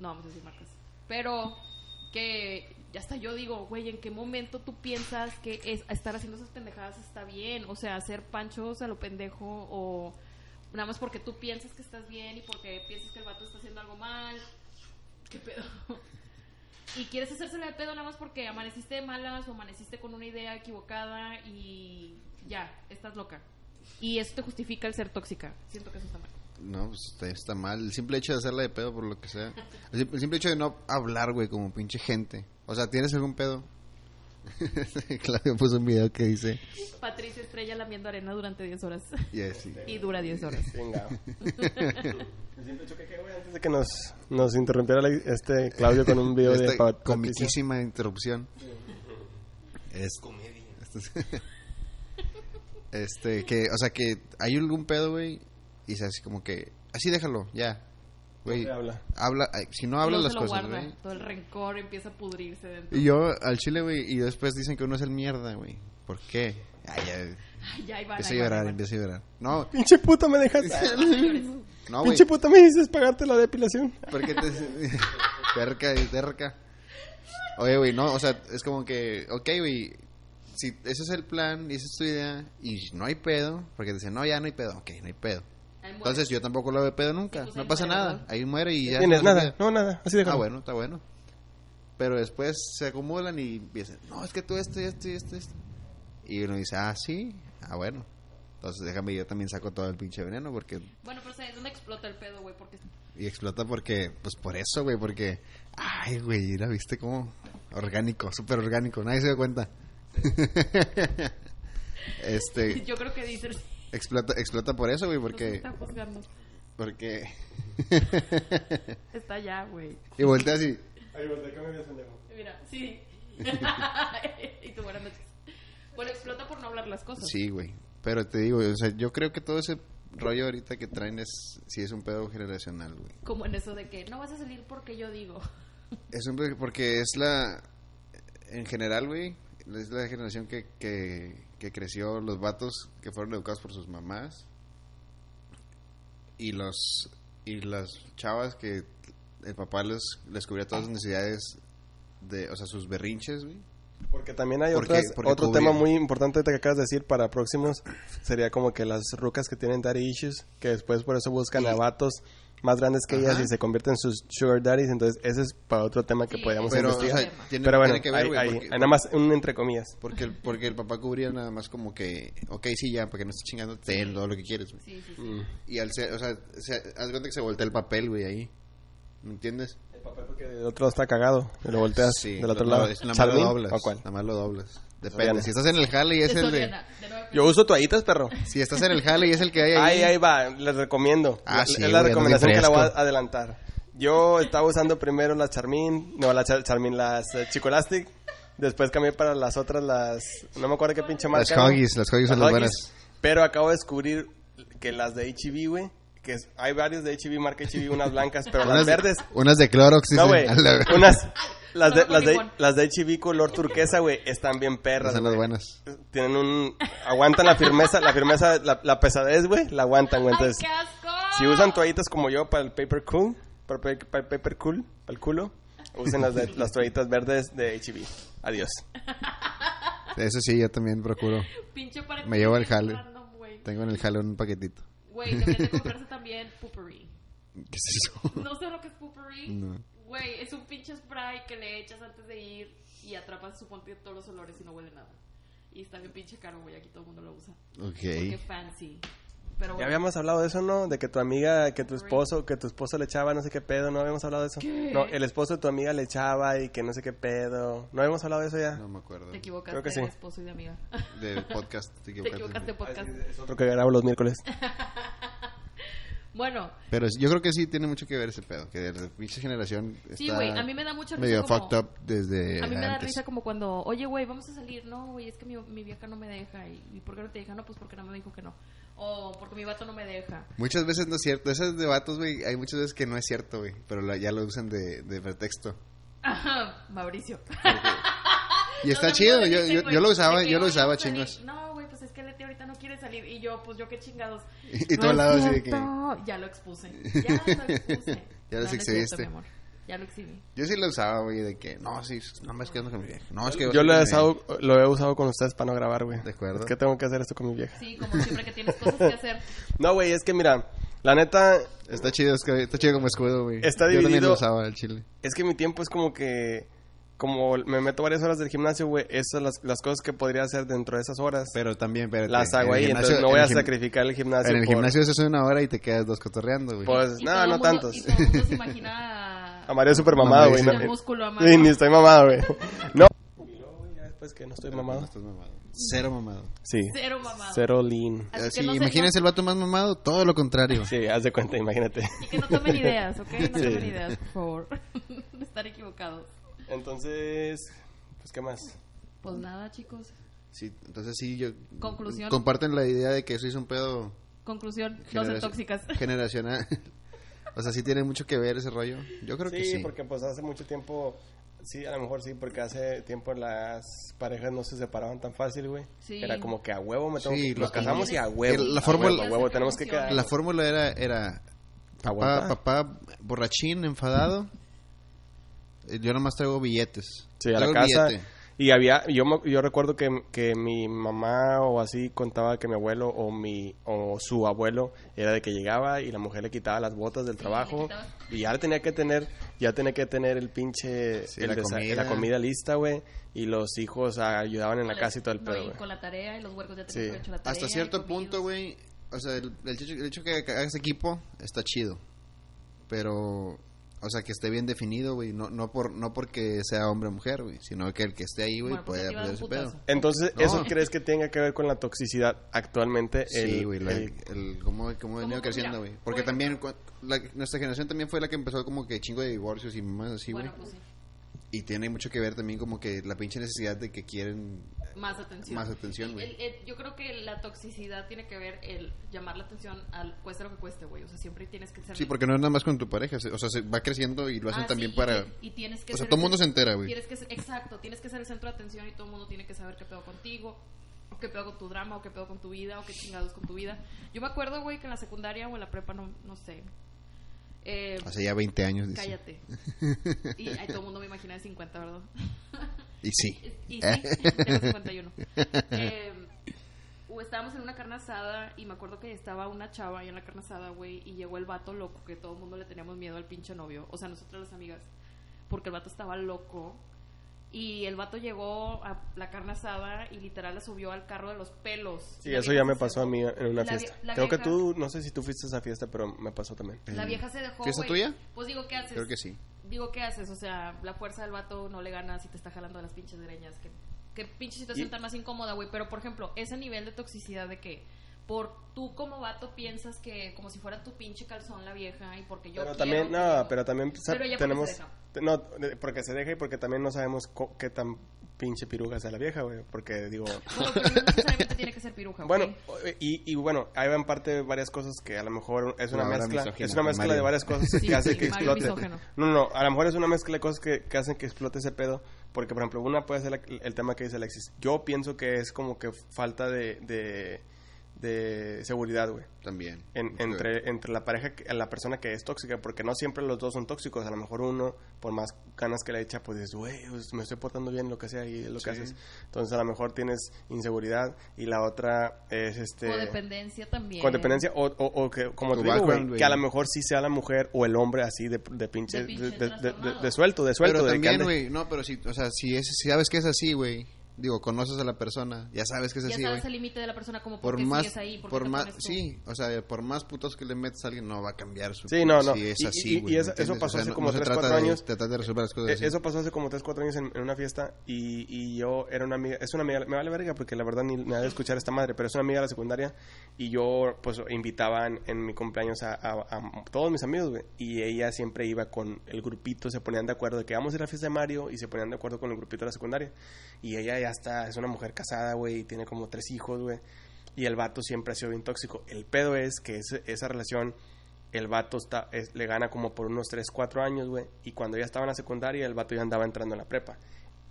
Speaker 2: no vamos a decir marcas, pero que ya hasta yo digo, güey, ¿en qué momento tú piensas que es, estar haciendo esas pendejadas está bien? O sea, hacer panchos a lo pendejo o nada más porque tú piensas que estás bien y porque piensas que el vato está haciendo algo mal. ¿Qué pedo? y quieres hacérsela de pedo nada más porque amaneciste de malas o amaneciste con una idea equivocada y ya, estás loca. Y eso te justifica el ser tóxica. Siento que eso está mal.
Speaker 3: No, pues está, está mal. El simple hecho de hacerla de pedo por lo que sea. El, sim- el simple hecho de no hablar, güey, como pinche gente. O sea, ¿tienes algún pedo? Claudio puso un video que dice.
Speaker 2: Patricia Estrella lamiendo arena durante 10 horas.
Speaker 3: Y así.
Speaker 2: y dura 10 horas.
Speaker 1: Venga. Siempre choqué que, güey, antes de que nos, nos interrumpiera la- este Claudio con un video de
Speaker 3: Esta
Speaker 1: Pat- Patricia.
Speaker 3: comiquísima interrupción. Es comedia. Este, que, o sea, que hay algún pedo, güey, y se así como que, así déjalo, ya. Güey,
Speaker 1: No te habla.
Speaker 3: habla, ay, si no
Speaker 2: Y
Speaker 3: habla
Speaker 2: luego
Speaker 3: las
Speaker 2: se lo
Speaker 3: cosas,
Speaker 2: guarda,
Speaker 3: güey.
Speaker 2: Todo el rencor empieza a pudrirse dentro.
Speaker 3: Y yo al chile, güey, y después dicen que uno es el mierda, güey. ¿Por qué? Ay, ya,
Speaker 2: Ay, ya, ahí van,
Speaker 3: empiezo a
Speaker 2: ahí van,
Speaker 3: llorar,
Speaker 2: ahí van.
Speaker 3: empiezo a llorar. No,
Speaker 1: Pinche puta, me dejaste.
Speaker 2: No llores.
Speaker 3: no, güey.
Speaker 1: Pinche puta, me dices pagarte la depilación.
Speaker 3: Porque te... Perca y terca. Oye, güey, no, o sea, es como que, ok, güey, si ese es el plan y esa es tu idea y no hay pedo, porque te dicen, no, ya no hay pedo, ok, no hay pedo.
Speaker 2: Ahí muere.
Speaker 3: Entonces yo tampoco lo veo pedo
Speaker 2: Sí,
Speaker 3: nunca,
Speaker 2: pues,
Speaker 3: no
Speaker 2: ahí
Speaker 3: pasa
Speaker 2: muere,
Speaker 3: nada,
Speaker 2: ¿no?
Speaker 3: ahí muere y ya.
Speaker 1: Tienes
Speaker 3: no,
Speaker 1: nada,
Speaker 3: no,
Speaker 1: no, nada. Así déjalo.
Speaker 3: Está Ah, bueno, está bueno. Pero después se acumulan y empiezan, no, es que tú esto y esto y esto y esto. Y uno dice, ah, sí, ah, bueno. Entonces déjame, yo también saco todo el pinche veneno porque
Speaker 2: Bueno, pero ¿sabes dónde explota el pedo, güey? Porque
Speaker 3: y explota porque, pues por eso, güey, porque, ay, güey, la viste como orgánico, súper orgánico, nadie se dio cuenta. este,
Speaker 2: yo creo que dice el-
Speaker 3: explota, explota por eso, güey,
Speaker 2: nos
Speaker 3: porque,
Speaker 2: Pues está juzgando.
Speaker 3: porque,
Speaker 2: Está ya, güey.
Speaker 3: y voltea así,
Speaker 1: Ay, güey, ¿de qué me ves, pendejo?
Speaker 2: Mira, sí. y tú, buenas noches. Bueno, explota por no hablar las cosas.
Speaker 3: sí, güey, pero te digo, o sea, yo creo que todo ese rollo ahorita que traen es, sí es un pedo generacional, güey.
Speaker 2: Como en eso de que no vas a salir porque yo digo.
Speaker 3: Es un pe- porque es la. En general, güey. Es la generación que, que, que creció. Los vatos que fueron educados por sus mamás. Y los. Y las chavas que el papá les, les cubría todas las necesidades. De, o sea, sus berrinches, güey.
Speaker 1: Porque también hay
Speaker 3: Porque-
Speaker 1: otras,
Speaker 3: porque
Speaker 1: otro
Speaker 3: cubría.
Speaker 1: tema muy importante que acabas de decir para próximos. Sería como que las rucas que tienen daddy issues, que después por eso buscan a vatos más grandes que ellas
Speaker 3: Ajá.
Speaker 1: y se convierten en sus sugar daddies. Entonces, ese es para otro tema que
Speaker 2: Sí,
Speaker 1: podríamos
Speaker 3: Pero, o
Speaker 1: investigar.
Speaker 3: sea, tiene,
Speaker 1: Pero bueno,
Speaker 3: tiene que ver,
Speaker 1: hay-
Speaker 3: güey.
Speaker 1: hay-
Speaker 3: porque-
Speaker 1: hay nada más un entre comillas.
Speaker 3: Porque el, porque el papá cubría nada más como que, ok, sí, ya, porque no estés chingando, ten todo lo que quieres, güey.
Speaker 2: Sí, sí, sí.
Speaker 3: Y al ser, o sea, se, haz cuenta que se voltea el papel, güey, ahí. ¿Me entiendes?
Speaker 1: El papel porque del otro está cagado, y lo volteas
Speaker 3: Sí,
Speaker 1: del otro
Speaker 3: lo-
Speaker 1: lado.
Speaker 3: lo- es- nada más lo
Speaker 1: ¿Charmin
Speaker 3: doblas.
Speaker 1: o cuál?
Speaker 3: Nada más lo doblas. Depende.
Speaker 1: Soriana.
Speaker 3: Si estás en el jale y es
Speaker 2: De
Speaker 3: el de-
Speaker 2: Soriana, de nueve
Speaker 1: Yo uso toallitas, perro.
Speaker 3: Si estás en el jale y es el que hay ahí.
Speaker 1: Ahí, ahí va, les recomiendo.
Speaker 3: Ah,
Speaker 1: La-
Speaker 3: sí,
Speaker 1: es la
Speaker 3: güey,
Speaker 1: recomendación que la
Speaker 3: ando
Speaker 1: voy
Speaker 3: bien
Speaker 1: a adelantar. Yo estaba usando primero las Charmin, no, las Char- Charmin, las eh, Chicolastic. Después cambié para las otras, las. No me acuerdo qué pinche
Speaker 3: Las
Speaker 1: marca. ¿no?
Speaker 3: Huggies, las Huggies son las
Speaker 1: Huggies.
Speaker 3: buenas.
Speaker 1: Pero acabo de descubrir que las de HB, güey. Que es- hay varios de HB, marca HB, unas blancas, pero las
Speaker 3: Unas,
Speaker 1: verdes.
Speaker 3: unas de Clorox,
Speaker 1: No,
Speaker 3: dicen.
Speaker 1: güey.
Speaker 3: A la-
Speaker 1: Unas. Las de,
Speaker 2: Solo con
Speaker 1: las, de,
Speaker 2: limón.
Speaker 1: las de HB color turquesa, güey, están bien perras.
Speaker 3: son
Speaker 1: güey
Speaker 3: las buenas.
Speaker 1: tienen un aguantan la firmeza, la firmeza, la, la pesadez, güey, la aguantan, güey.
Speaker 2: ¡Ay,
Speaker 1: Entonces,
Speaker 2: qué asco!
Speaker 1: si usan toallitas como yo para el paper cool, para, pa- pa- paper cool, para el culo, usen las de, las toallitas verdes de HB. Adiós.
Speaker 3: Eso sí, yo también procuro.
Speaker 2: Pinche para
Speaker 3: Me llevo el jale.
Speaker 2: Random, güey.
Speaker 3: Tengo en el jale un paquetito.
Speaker 2: Güey, deberían de comprarse también poopery.
Speaker 3: ¿Qué es eso?
Speaker 2: No sé lo que es poopery.
Speaker 3: No.
Speaker 2: Güey, es un pinche spray que le echas antes de ir y atrapas suponte todos los olores y no huele nada. Y está bien pinche caro, güey. Aquí todo el mundo lo usa. Porque
Speaker 3: Ok.
Speaker 2: fancy. Pero
Speaker 1: Ya
Speaker 2: bueno,
Speaker 1: habíamos hablado de eso, ¿no? De que tu amiga, que tu esposo, que tu esposo le echaba no sé qué pedo, no habíamos hablado de eso. No, el esposo de tu amiga le echaba y que no sé qué pedo. No habíamos hablado de eso ya.
Speaker 3: No me acuerdo.
Speaker 2: te equivocaste
Speaker 1: Creo que sí.
Speaker 2: de esposo y de amiga.
Speaker 3: Del podcast. Te
Speaker 2: te equivocaste de podcast.
Speaker 1: Es otro que grabo los miércoles.
Speaker 2: Bueno,
Speaker 3: Pero yo creo que sí tiene mucho que ver ese pedo, que de la pinche generación está
Speaker 2: sí, güey. A mí me da mucha risa.
Speaker 3: medio
Speaker 2: como-
Speaker 3: fucked up desde
Speaker 2: A mí me da
Speaker 3: antes.
Speaker 2: risa como cuando, oye, güey, vamos a salir. No, güey, es que mi, mi vieja no me deja. ¿Y, ¿y por qué no te deja? No, pues porque no me dijo que no. O porque mi vato no me deja.
Speaker 3: Muchas veces no es cierto, esos debates, güey, hay muchas veces que no es cierto, güey, pero la- ya lo usan de, de pretexto.
Speaker 2: Ajá, Mauricio.
Speaker 3: Y está
Speaker 2: Los
Speaker 3: chido,
Speaker 2: amigos
Speaker 3: yo,
Speaker 2: de
Speaker 3: yo,
Speaker 2: Disney,
Speaker 3: yo lo
Speaker 2: güey,
Speaker 3: usaba,
Speaker 2: de que,
Speaker 3: yo lo
Speaker 2: "Oye,
Speaker 3: usaba
Speaker 2: vamos a salir".
Speaker 3: chingos.
Speaker 2: No, güey, pues es que Leti ahorita no quiere salir. Y yo, pues yo qué chingados.
Speaker 3: Y, y
Speaker 2: No
Speaker 3: todo
Speaker 2: es
Speaker 3: al lado así de que...
Speaker 2: cierto. Ya lo expuse. Ya lo expuse.
Speaker 3: Ya los
Speaker 2: No, no es cierto,
Speaker 3: exhibiste.
Speaker 2: mi amor. Ya lo exhibí.
Speaker 3: Yo sí lo usaba, güey, de que, no, sí, no me quedando con mi vieja. No, es que...
Speaker 1: Yo lo he usado, lo he usado con ustedes para no grabar, güey.
Speaker 3: De acuerdo.
Speaker 1: Es que tengo que hacer esto con mi vieja.
Speaker 2: Sí, como siempre que tienes cosas que hacer.
Speaker 1: No, güey, es que mira, la neta,
Speaker 3: Está chido, es que, está chido como escudo, güey.
Speaker 1: Está
Speaker 3: Yo también
Speaker 1: dividido.
Speaker 3: lo usaba, el chile.
Speaker 1: Es que mi tiempo es como que. Como me meto varias horas del gimnasio, güey. Esas las, las cosas que podría hacer dentro de esas horas.
Speaker 3: Pero también, espérate.
Speaker 1: las
Speaker 3: en
Speaker 1: hago
Speaker 3: el
Speaker 1: ahí.
Speaker 3: gimnasio-
Speaker 1: Entonces no
Speaker 3: en
Speaker 1: voy
Speaker 3: el
Speaker 1: a
Speaker 3: gim-
Speaker 1: sacrificar el gimnasio.
Speaker 3: En el
Speaker 1: por-
Speaker 3: gimnasio eso es una hora y te quedas dos cotorreando, güey.
Speaker 1: Pues
Speaker 2: Y
Speaker 1: no,
Speaker 2: todo
Speaker 1: no
Speaker 2: mundo-
Speaker 1: tantos.
Speaker 2: Y todo el mundo se imagina.
Speaker 1: A Mario es súper mamado, güey.
Speaker 2: Tiene
Speaker 1: no-
Speaker 2: músculo, amado.
Speaker 1: Sí, ni estoy mamado, güey. No. Y luego, güey, ya después que no estoy
Speaker 3: No
Speaker 1: mamado.
Speaker 3: estás mamado. Cero mamado.
Speaker 1: Sí.
Speaker 2: Cero mamado.
Speaker 1: Cero lean.
Speaker 2: Así
Speaker 3: Así,
Speaker 2: que no se-
Speaker 3: imagínense el vato más mamado, todo lo contrario.
Speaker 1: Sí, haz de cuenta, imagínate.
Speaker 2: Y que no tomen ideas, ¿ok? No
Speaker 1: Sí.
Speaker 2: tomen ideas, por favor. De Estar equivocados.
Speaker 1: Entonces. Pues, ¿qué más?
Speaker 2: Pues nada, chicos.
Speaker 3: Sí, entonces sí, yo...
Speaker 2: Conclusión.
Speaker 3: Comparten la idea de que eso hizo un pedo
Speaker 2: Conclusión, no
Speaker 3: generaci-
Speaker 2: son tóxicas.
Speaker 3: generacional. o sea, sí tiene mucho que ver ese rollo. Yo creo que
Speaker 1: Sí,
Speaker 3: sí.
Speaker 1: porque pues hace mucho tiempo. Sí, a lo mejor sí, porque hace tiempo las parejas no se separaban tan fácil, güey.
Speaker 2: Sí.
Speaker 1: Era como que a huevo me tengo
Speaker 3: Sí,
Speaker 1: que-
Speaker 3: lo
Speaker 1: Nos
Speaker 3: que-
Speaker 1: casamos y a
Speaker 2: la
Speaker 1: huevo. a
Speaker 3: fórmula-
Speaker 1: huevo, a huevo, tenemos que quedar.
Speaker 3: La fórmula era... era papá,
Speaker 1: Aguantar.
Speaker 3: papá borrachín, enfadado. Eh, Yo nomás traigo billetes.
Speaker 1: Sí, a la
Speaker 3: Traigo el
Speaker 1: casa.
Speaker 3: billete.
Speaker 1: Y había, yo, me- yo recuerdo que, que mi mamá o así contaba que mi abuelo o mi o su abuelo era de que llegaba y la mujer le quitaba las botas del trabajo
Speaker 2: quitaba.
Speaker 1: y ya le tenía que tener, ya tenía que tener el pinche,
Speaker 3: Sí,
Speaker 1: el
Speaker 3: la
Speaker 1: desa-
Speaker 3: comida.
Speaker 1: la comida lista, güey, y los hijos ayudaban en la casa y todo el
Speaker 2: No,
Speaker 1: pedo,
Speaker 2: y
Speaker 1: güey.
Speaker 2: con la tarea y los huercos ya
Speaker 1: Sí.
Speaker 2: tenemos hecho la tarea.
Speaker 3: Hasta
Speaker 2: y
Speaker 3: cierto
Speaker 2: comidos.
Speaker 3: punto, güey. O sea, el, el hecho, el hecho que hagas equipo está chido. Pero, o sea, que esté bien definido, güey. No, no, por, no porque sea hombre o mujer, güey. Sino que el que esté ahí, güey,
Speaker 2: Bueno, pues porque
Speaker 3: puede
Speaker 2: te iba a dar
Speaker 3: apoyar
Speaker 2: un
Speaker 3: su
Speaker 2: putazo.
Speaker 3: pedo.
Speaker 1: Entonces,
Speaker 3: No.
Speaker 1: ¿eso crees que tenga que ver con la toxicidad actualmente?
Speaker 3: Sí,
Speaker 1: El-
Speaker 3: güey, la-
Speaker 1: el-
Speaker 3: el, cómo, cómo ha venido
Speaker 2: Como-
Speaker 3: creciendo,
Speaker 2: mira,
Speaker 3: güey. Porque
Speaker 2: por
Speaker 3: también cua- la- nuestra generación también fue la que empezó como que chingo de divorcios y más así, güey.
Speaker 2: Bueno, pues sí.
Speaker 3: Y tiene mucho que ver también como que la pinche necesidad de que quieren
Speaker 2: más atención.
Speaker 3: Más atención,
Speaker 2: Y
Speaker 3: güey.
Speaker 2: el- el- yo creo que la toxicidad tiene que ver el llamar la atención al cueste lo que cueste, güey. O sea, siempre tienes que ser.
Speaker 3: Sí, porque no es nada más con tu pareja. se- O sea, se va creciendo y lo hacen
Speaker 2: Ah,
Speaker 3: también
Speaker 2: sí, y
Speaker 3: para.
Speaker 2: ti- Y, tienes que
Speaker 3: O sea,
Speaker 2: ser
Speaker 3: todo el
Speaker 2: ese-
Speaker 3: mundo se entera, güey.
Speaker 2: Tienes que ser- exacto, tienes que ser el centro de atención y todo el mundo tiene que saber qué pedo contigo, o qué pedo con tu drama, o qué pedo con tu vida, o qué chingados con tu vida. Yo me acuerdo, güey, que en la secundaria o en la prepa, no, no sé. Eh,
Speaker 3: Hace ya 20 años, dice.
Speaker 2: cállate. Y ay, todo el mundo me imagina de 50, ¿verdad?
Speaker 3: Y sí.
Speaker 2: Y sí, tengo 51. Eh, o estábamos en una carne asada y me acuerdo que estaba una chava ahí en la carne asada, güey, y llegó el vato loco que todo el mundo le teníamos miedo al pinche novio, o sea, nosotras las amigas, porque el vato estaba loco. Y el vato llegó a la carne asada y literal la subió al carro de los pelos.
Speaker 1: Sí,
Speaker 2: La
Speaker 1: eso
Speaker 2: vieja
Speaker 1: ya me
Speaker 2: se
Speaker 1: pasó a mí en una
Speaker 2: La vie-
Speaker 1: fiesta.
Speaker 2: la
Speaker 1: Creo que
Speaker 2: vieja-
Speaker 1: tú, no sé si tú fuiste a esa fiesta, pero me pasó también.
Speaker 2: dejó- La vieja se dejó.
Speaker 3: ¿Fiesta
Speaker 2: güey.
Speaker 3: tuya?
Speaker 2: Pues digo, ¿qué haces?
Speaker 3: Creo que sí.
Speaker 2: Digo, ¿qué haces? O sea, la fuerza del vato no le gana si te está jalando de las pinches greñas. Qué, qué pinche situación
Speaker 1: Y-
Speaker 2: tan más incómoda, güey. Pero, por ejemplo, ese nivel de toxicidad de que por tú como vato piensas que como si fuera tu pinche calzón la vieja y porque yo
Speaker 1: Pero
Speaker 2: quiero,
Speaker 1: también,
Speaker 2: te
Speaker 1: no,
Speaker 2: digo.
Speaker 1: pero también sa-
Speaker 2: Pero ella porque
Speaker 1: tenemos...
Speaker 2: se deja.
Speaker 1: te- No, de- porque se deja y porque también no sabemos co- qué tan pinche piruja sea la vieja, güey. Porque digo...
Speaker 2: Bueno, pero no necesariamente tiene que ser piruja, güey.
Speaker 1: Bueno, y, y bueno, ahí va en parte varias cosas que a lo mejor es una
Speaker 3: Ahora
Speaker 1: mezcla,
Speaker 3: misógino,
Speaker 1: es una mezcla
Speaker 3: Mario.
Speaker 1: de varias cosas
Speaker 2: Sí,
Speaker 1: que hace
Speaker 2: sí,
Speaker 1: que
Speaker 2: Mario
Speaker 1: explote.
Speaker 2: misógino.
Speaker 1: No, no, no, a lo mejor es una mezcla de cosas que, que hacen que explote ese pedo, porque por ejemplo, una puede ser la- el tema que dice Alexis. Yo pienso que es como que falta de, de, de seguridad, güey.
Speaker 3: También.
Speaker 1: En- entre, entre la pareja, que- la persona que es tóxica, porque no siempre los dos son tóxicos. A lo mejor uno, por más ganas que le echa, pues dices, güey, pues, me estoy portando bien, lo que sea, y es lo que
Speaker 3: Sí.
Speaker 1: haces. Entonces, a lo mejor tienes inseguridad y la otra es este.
Speaker 2: Codependencia también.
Speaker 1: Codependencia, o, o, o que, como
Speaker 3: Tu
Speaker 1: te digo,
Speaker 3: background,
Speaker 1: güey,
Speaker 3: güey.
Speaker 1: que a lo mejor sí sea la mujer o el hombre así de, de pinche.
Speaker 2: De
Speaker 1: De,
Speaker 2: pinche
Speaker 1: de- de-
Speaker 2: trastornado.
Speaker 1: de- de suelto, de suelto.
Speaker 3: Pero
Speaker 1: de que
Speaker 3: también,
Speaker 1: ande-
Speaker 3: güey, no, pero si, o sea, si, es, si sabes que es así, güey, digo, conoces a la persona, ya sabes que es
Speaker 2: Ya
Speaker 3: así,
Speaker 2: sabes
Speaker 3: güey.
Speaker 2: el límite de la persona como por,
Speaker 3: Por
Speaker 2: qué
Speaker 3: más,
Speaker 2: sigues ahí, por, qué
Speaker 3: por
Speaker 2: te
Speaker 3: más,
Speaker 2: pones tú.
Speaker 3: sí, o sea, por más putos que le metes a alguien, no va a cambiar su.
Speaker 1: Sí, no, no.
Speaker 3: Si es
Speaker 1: Y- y-
Speaker 3: así,
Speaker 1: y
Speaker 3: güey.
Speaker 1: eso-
Speaker 3: ¿me entiendes?
Speaker 1: eso pasó hace
Speaker 3: no-
Speaker 1: como
Speaker 3: no se
Speaker 1: tres,
Speaker 3: trata
Speaker 1: cuatro
Speaker 3: de-
Speaker 1: años.
Speaker 3: Tratar de resolver las cosas.
Speaker 1: Eh,
Speaker 3: así.
Speaker 1: Eso pasó hace como 3, 4 años en, en una fiesta y, y yo era una amiga, es una amiga, me vale verga porque la verdad ni me ha de escuchar esta madre, pero es una amiga de la secundaria y yo pues invitaba en, en mi cumpleaños a, a- a todos mis amigos, güey, y ella siempre iba con el grupito, se ponían de acuerdo de que vamos a ir a la fiesta de Mario y se ponían de acuerdo con el grupito de la secundaria. Y ella ya está, es una mujer casada, güey, y tiene como tres hijos, güey, y el vato siempre ha sido bien tóxico. El pedo es que ese- esa relación el vato está, es- le gana como por unos 3, 4 años, güey. Y cuando ya estaba en la secundaria, el vato ya andaba entrando en la prepa.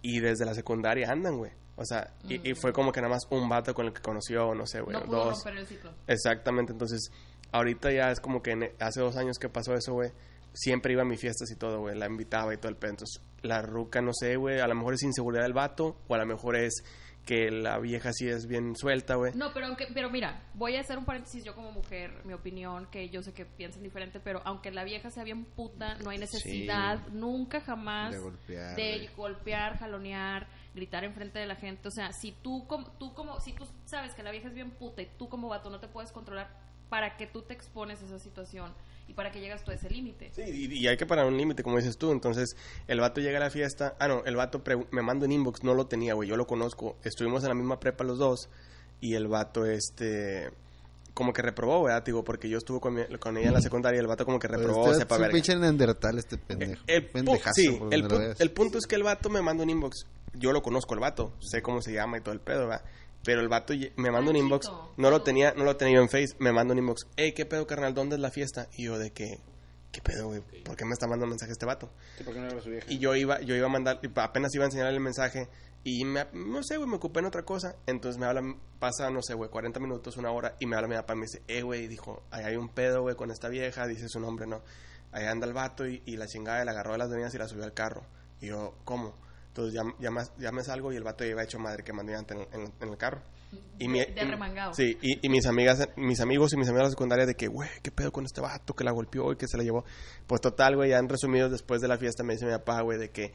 Speaker 1: Y desde la secundaria andan, güey. O sea, y, y fue como que nada más un vato con el que conoció, no sé, güey,
Speaker 2: No
Speaker 1: o
Speaker 2: pudo
Speaker 1: dos.
Speaker 2: romper el ciclo.
Speaker 1: Exactamente, entonces ahorita ya es como que en- hace dos años que pasó eso, güey. Siempre iba a mis fiestas y todo, güey. La invitaba y todo el pedo. Entonces, la ruca, no sé, güey. A lo mejor es inseguridad del vato, o a lo mejor es que la vieja sí es bien suelta, güey.
Speaker 2: No, pero aunque, pero mira, voy a hacer un paréntesis yo como mujer, mi opinión, que yo sé que piensan diferente, pero aunque la vieja sea bien puta, no hay necesidad nunca jamás
Speaker 3: De golpear,
Speaker 2: de
Speaker 3: de-
Speaker 2: golpear, jalonear, gritar enfrente de la gente, o sea, si tú como tú como si tú sabes que la vieja es bien puta y tú como vato no te puedes controlar, para que tú te expones a esa situación y para que llegas tú a ese límite.
Speaker 1: Sí, y, y hay que parar un límite, como dices tú. Entonces, el vato llega a la fiesta. Ah, no, el vato pregu- me manda un inbox. No lo tenía, güey. Yo lo conozco. Estuvimos en la misma prepa los dos. Y el vato, este. Como que reprobó, ¿verdad? Digo, porque yo estuve con, mi- con ella en la secundaria y el vato como que
Speaker 3: Pero
Speaker 1: reprobó,
Speaker 3: este
Speaker 1: sepa
Speaker 3: es un
Speaker 1: verga.
Speaker 3: pinche neandertal este pendejo.
Speaker 1: El, pu-
Speaker 3: Pendejazo,
Speaker 1: sí,
Speaker 3: por
Speaker 1: el,
Speaker 3: donde lo
Speaker 1: pu-
Speaker 3: veas.
Speaker 1: el punto es que el vato me manda un inbox. Yo lo conozco el vato, sé cómo se llama y todo el pedo, ¿verdad? Pero el vato ye- me manda un
Speaker 2: Ay,
Speaker 1: inbox,
Speaker 2: chico.
Speaker 1: no lo tenía, no lo tenía yo en Face, me manda un inbox, hey, ¿qué pedo, carnal? ¿Dónde es la fiesta? Y yo de que, ¿qué pedo, güey? ¿Por qué me está mandando mensaje este vato? Y yo iba, yo iba a mandar, apenas iba a enseñarle el mensaje y me, no sé, güey, me ocupé en otra cosa. Entonces me habla, pasa, no sé, güey, 40 minutos, una hora y me habla mi papá y me dice, eh, güey, dijo, ahí hay un pedo, güey, con esta vieja, dice su nombre, ¿no? Ahí anda el vato y, y la chingada, la agarró de las dueñas y la subió al carro. Y yo, ¿cómo? Entonces ya, ya, me, ya me salgo y el vato ya iba hecho madre que mandé antes en, en- en el carro. Y mi-
Speaker 2: De remangado.
Speaker 1: Sí, y, y mis amigas, mis amigos y mis amigas de la secundaria de que, güey, qué pedo con este vato que la golpeó y que se la llevó. Pues total, güey, ya han resumido después de la fiesta me dice mi papá, güey, de que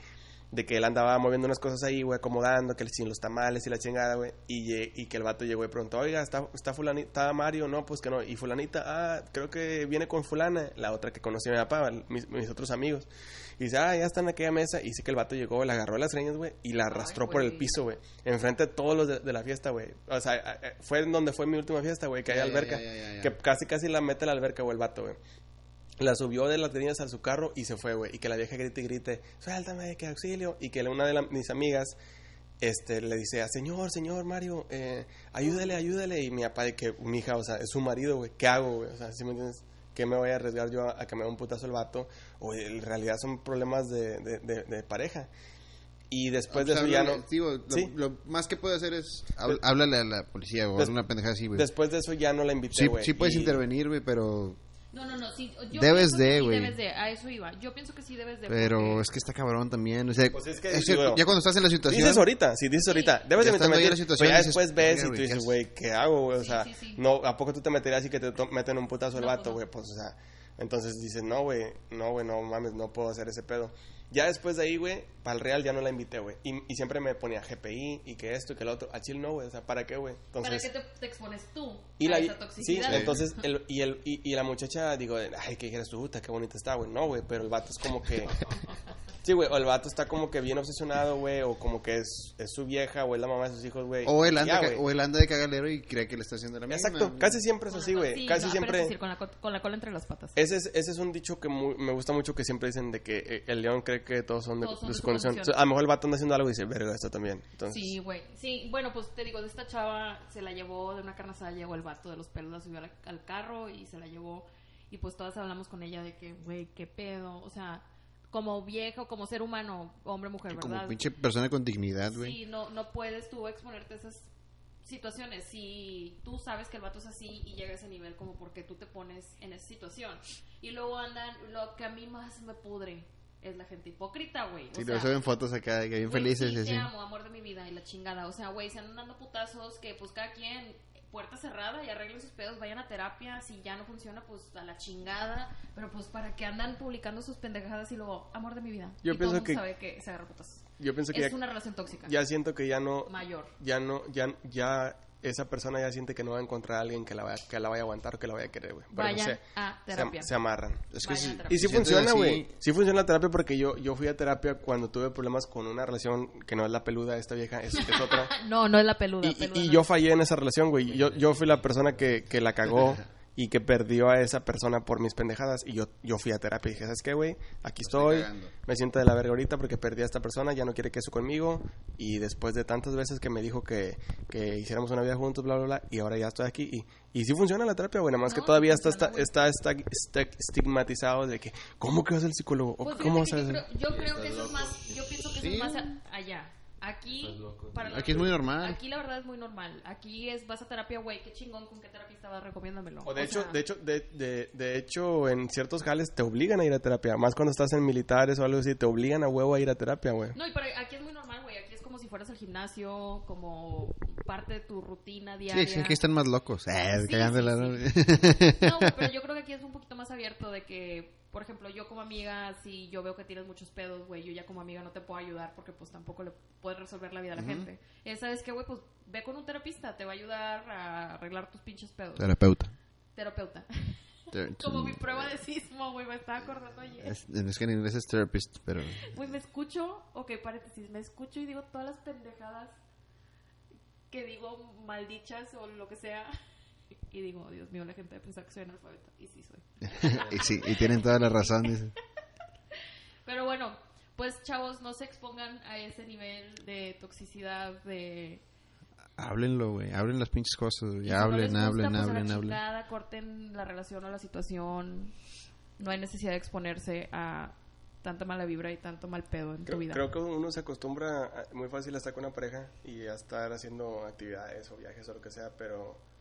Speaker 1: de que él andaba moviendo unas cosas ahí, güey, acomodando, que el- sin los tamales y la chingada, güey, y, lle- y que el vato llegó y preguntó, oiga, ¿está, está fulanita, está Mario? No, pues que no, y fulanita, ah, creo que viene con fulana, la otra que conocí a mi papá, mis, mis otros amigos, y dice, ah, ya está en aquella mesa, y dice que el vato llegó, le agarró las reñas, güey, y la arrastró por el
Speaker 2: güey.
Speaker 1: piso, güey, enfrente de todos los de, de la fiesta, güey, o sea, a- a- fue en donde fue mi última fiesta, güey, que hay
Speaker 3: Ya, ya,
Speaker 1: alberca,
Speaker 3: ya, ya, ya, ya.
Speaker 1: que casi casi la mete a la alberca, güey, el vato, güey. La subió de las tenías a su carro y se fue, güey. Y que la vieja grite y grite, suéltame, que auxilio. Y que la- una de la- mis amigas este, le dice, "Ah, señor, señor Mario, eh, ayúdele, ayúdele. Y mi papá, de que, mija, o sea, es su marido, güey, ¿qué hago, güey? O sea, ¿sí me entiendes? ¿Qué me voy a arriesgar yo a, a que me dé un putazo el vato? O en realidad son problemas de, de, de- de pareja. Y después
Speaker 3: O sea,
Speaker 1: pues, de eso ya
Speaker 3: lo-
Speaker 1: no.
Speaker 3: sí, güey, lo,
Speaker 1: Sí.
Speaker 3: lo más que puedo hacer es hab- háblale a la policía o
Speaker 1: Des-
Speaker 3: alguna pendeja así, güey.
Speaker 1: Después de eso ya no la invité,
Speaker 3: pues. Sí,
Speaker 1: güey.
Speaker 3: sí puedes
Speaker 1: Y-
Speaker 3: intervenir, güey, pero
Speaker 2: No, no, no. Sí, yo
Speaker 3: Debes
Speaker 2: pienso que
Speaker 3: de,
Speaker 2: sí
Speaker 3: güey.
Speaker 2: Debes de, a eso iba. Yo pienso que sí debes de.
Speaker 3: pero
Speaker 2: porque-
Speaker 3: es que está cabrón también, o sea,
Speaker 1: Pues es que,
Speaker 3: es que
Speaker 1: digo,
Speaker 3: ya cuando estás en la situación
Speaker 1: Dices ahorita, sí, dices ahorita. Debes
Speaker 3: Ya
Speaker 1: de
Speaker 3: estando ahí en
Speaker 1: meterte.
Speaker 3: la situación,
Speaker 1: Pero ya
Speaker 3: dices,
Speaker 1: después ves
Speaker 3: "Verga,
Speaker 1: y
Speaker 3: güey,
Speaker 1: tú
Speaker 3: ¿qué
Speaker 1: dices,
Speaker 3: haces?"
Speaker 1: güey, ¿qué hago, güey? O
Speaker 2: Sí,
Speaker 1: sea,
Speaker 2: sí, sí.
Speaker 1: no, ¿a poco tú te meterías así que te to- meten un putazo el
Speaker 2: No,
Speaker 1: vato,
Speaker 2: pues,
Speaker 1: güey?
Speaker 2: no.
Speaker 1: Pues, o sea, entonces dices, no, güey, no, güey, no mames, no puedo hacer ese pedo. Ya después de ahí, güey, para el Real ya no la invité, güey. Y, y siempre me ponía GPI y que esto y que lo otro. A Chile no, güey, o sea, ¿para qué, güey?
Speaker 2: ¿Para
Speaker 1: Entonces,
Speaker 2: qué te, te expones tú
Speaker 1: y
Speaker 2: a
Speaker 1: la,
Speaker 2: esa
Speaker 1: sí,
Speaker 2: toxicidad?
Speaker 1: entonces, el, y, el, y, y la muchacha, digo, ay, que dijeras tú, puta, qué bonita está, güey. No, güey, pero el vato es como que. Sí, güey, o el vato está como que bien obsesionado, güey, o como que es, es su vieja, o es la mamá de sus hijos, güey.
Speaker 3: o el
Speaker 1: y
Speaker 3: anda
Speaker 1: ya,
Speaker 3: ca-
Speaker 1: güey.
Speaker 3: o el anda de cagalero y cree que le está haciendo la misma.
Speaker 1: Exacto,
Speaker 3: güey.
Speaker 1: casi siempre es
Speaker 2: Con la
Speaker 1: así,
Speaker 2: to-
Speaker 1: güey.
Speaker 2: sí,
Speaker 1: casi
Speaker 2: no, pero es
Speaker 1: siempre.
Speaker 2: decir, con la, co- con la cola entre las patas.
Speaker 1: Ese es, ese es un dicho que muy- me gusta mucho que siempre dicen de que eh, el león cree que todos son de,
Speaker 2: Todos son
Speaker 1: de
Speaker 2: de
Speaker 1: su
Speaker 2: su
Speaker 1: condición.
Speaker 2: condición.
Speaker 1: A lo mejor el vato anda haciendo algo y dice, verga, esto también. Entonces,
Speaker 2: Sí, güey. Sí, bueno, pues te digo, de esta chava se la llevó de una carne asada, llegó el vato de los pelos, la subió al, al carro y se la llevó. Y pues todas hablamos con ella de que, güey, qué pedo. O sea, como viejo, como ser humano, hombre, mujer, ¿verdad?
Speaker 3: Como pinche persona con dignidad, güey.
Speaker 2: Sí, no, no puedes tú exponerte a esas situaciones. Si tú sabes que el vato es así y llega a ese nivel, como porque tú te pones en esa situación. Y luego andan, lo que a mí más me pudre es la gente hipócrita, güey. O sea,
Speaker 3: Sí, luego suben fotos acá de que bien
Speaker 2: güey,
Speaker 3: felices.
Speaker 2: sí,
Speaker 3: y
Speaker 2: te
Speaker 3: así.
Speaker 2: amo, amor de mi vida y la chingada. O sea, güey, se andan dando putazos que pues cada quien puerta cerrada y arreglen sus pedos, vayan a terapia, si ya no funciona pues a la chingada, pero pues para que andan publicando sus pendejadas y luego amor de mi vida.
Speaker 1: Yo
Speaker 2: y
Speaker 1: pienso
Speaker 2: todo el mundo
Speaker 1: que-
Speaker 2: sabe que se agarra putazos.
Speaker 1: yo pienso que
Speaker 2: Es
Speaker 1: ya,
Speaker 2: una relación tóxica.
Speaker 1: ya siento que ya no,
Speaker 2: Mayor.
Speaker 1: ya no, ya, ya esa persona ya siente que no va a encontrar a alguien que la vaya, que la vaya a aguantar o que la vaya a querer, güey. Por eso
Speaker 2: Vayan
Speaker 1: se-
Speaker 2: a
Speaker 1: se-
Speaker 2: terapia.
Speaker 1: se amarran.
Speaker 3: Es que
Speaker 2: Vaya
Speaker 3: sí.
Speaker 2: terapia.
Speaker 1: Y sí
Speaker 3: siento
Speaker 1: funciona,
Speaker 3: así-
Speaker 1: güey. Sí funciona la terapia porque yo, yo fui a terapia cuando tuve problemas con una relación que no es la peluda, esta vieja, es, es otra.
Speaker 2: Ah, No, no es la peluda.
Speaker 1: Y, y-
Speaker 2: peluda
Speaker 1: y
Speaker 2: no.
Speaker 1: yo fallé en esa relación, güey. Yo, yo fui la persona que, que la cagó y que perdió a esa persona por mis pendejadas. Y yo, yo fui a terapia y dije, ¿sabes qué, güey? Aquí
Speaker 3: estoy
Speaker 1: estoy,
Speaker 3: cagando.
Speaker 1: me siento de la verga ahorita porque perdí a esta persona, ya no quiere que eso conmigo. Y después de tantas veces que me dijo que, que hiciéramos una vida juntos, bla, bla, bla, y ahora ya estoy aquí. Y, y sí funciona la terapia, güey. Nada más
Speaker 2: No,
Speaker 1: que todavía está,
Speaker 2: sí
Speaker 1: está, está,
Speaker 2: funciona,
Speaker 1: está- está estigmatizado de que, ¿cómo que vas al psicólogo? ¿O
Speaker 2: Pues fíjate
Speaker 1: ¿Cómo
Speaker 2: que
Speaker 1: vas a-
Speaker 2: yo creo, yo
Speaker 4: Sí,
Speaker 2: creo que
Speaker 4: estás
Speaker 2: eso es
Speaker 4: loco.
Speaker 2: más, yo pienso que eso
Speaker 3: Sí.
Speaker 2: es más a- allá. Aquí,
Speaker 4: Estás loco.
Speaker 2: para
Speaker 3: Aquí es muy normal.
Speaker 2: Aquí la verdad es muy normal. Aquí es vas a terapia, güey, qué chingón, con qué terapista vas, recomiéndamelo.
Speaker 1: O de
Speaker 2: O
Speaker 1: hecho,
Speaker 2: sea,
Speaker 1: de hecho, de, de, de hecho, en ciertos jales te obligan a ir a terapia. Más cuando estás en militares o algo así, te obligan a huevo a ir a terapia, güey.
Speaker 2: No, y para, aquí es muy normal, güey. Aquí es como si fueras al gimnasio, como parte de tu rutina
Speaker 3: Sí,
Speaker 2: diaria.
Speaker 3: sí, aquí están más locos. Eh,
Speaker 2: Sí,
Speaker 3: cagándola,
Speaker 2: sí,
Speaker 3: ¿no?
Speaker 2: No, güey, pero yo creo que aquí es un poquito más abierto de que, por ejemplo, yo como amiga, si yo veo que tienes muchos pedos, güey, yo ya como amiga no te puedo ayudar porque pues tampoco le puedes resolver la vida a la gente. Eh, ¿Sabes qué, güey? Pues ve con un terapista, te va a ayudar a arreglar tus pinches pedos.
Speaker 3: Terapeuta.
Speaker 2: Terapeuta.
Speaker 3: Ter-
Speaker 2: como mi prueba de sismo, güey, me estaba acordando ayer.
Speaker 3: Es, es que en inglés es therapist, pero...
Speaker 2: Güey, Pues me escucho, ok, paréntesis, me escucho y digo todas las pendejadas que digo maldichas o lo que sea. Y digo, Dios mío, la gente va a pensar que soy analfabeta. Y sí soy.
Speaker 3: y sí, y tienen toda la razón, dice.
Speaker 2: Pero bueno, pues chavos, no se expongan a ese nivel de toxicidad, de...
Speaker 3: Háblenlo, güey. Hablen las pinches cosas,
Speaker 2: Y
Speaker 3: güey.
Speaker 2: si no les
Speaker 3: Hablen,
Speaker 2: gusta, pues,
Speaker 3: hablen,
Speaker 2: a la
Speaker 3: hablen, hablen.
Speaker 2: chingada, corten la relación o la situación. No hay necesidad de exponerse a tanta mala vibra y tanto mal pedo en tu
Speaker 1: Creo,
Speaker 2: vida.
Speaker 1: creo que uno se acostumbra a- muy fácil a estar con una pareja y a estar haciendo actividades o viajes o lo que sea, pero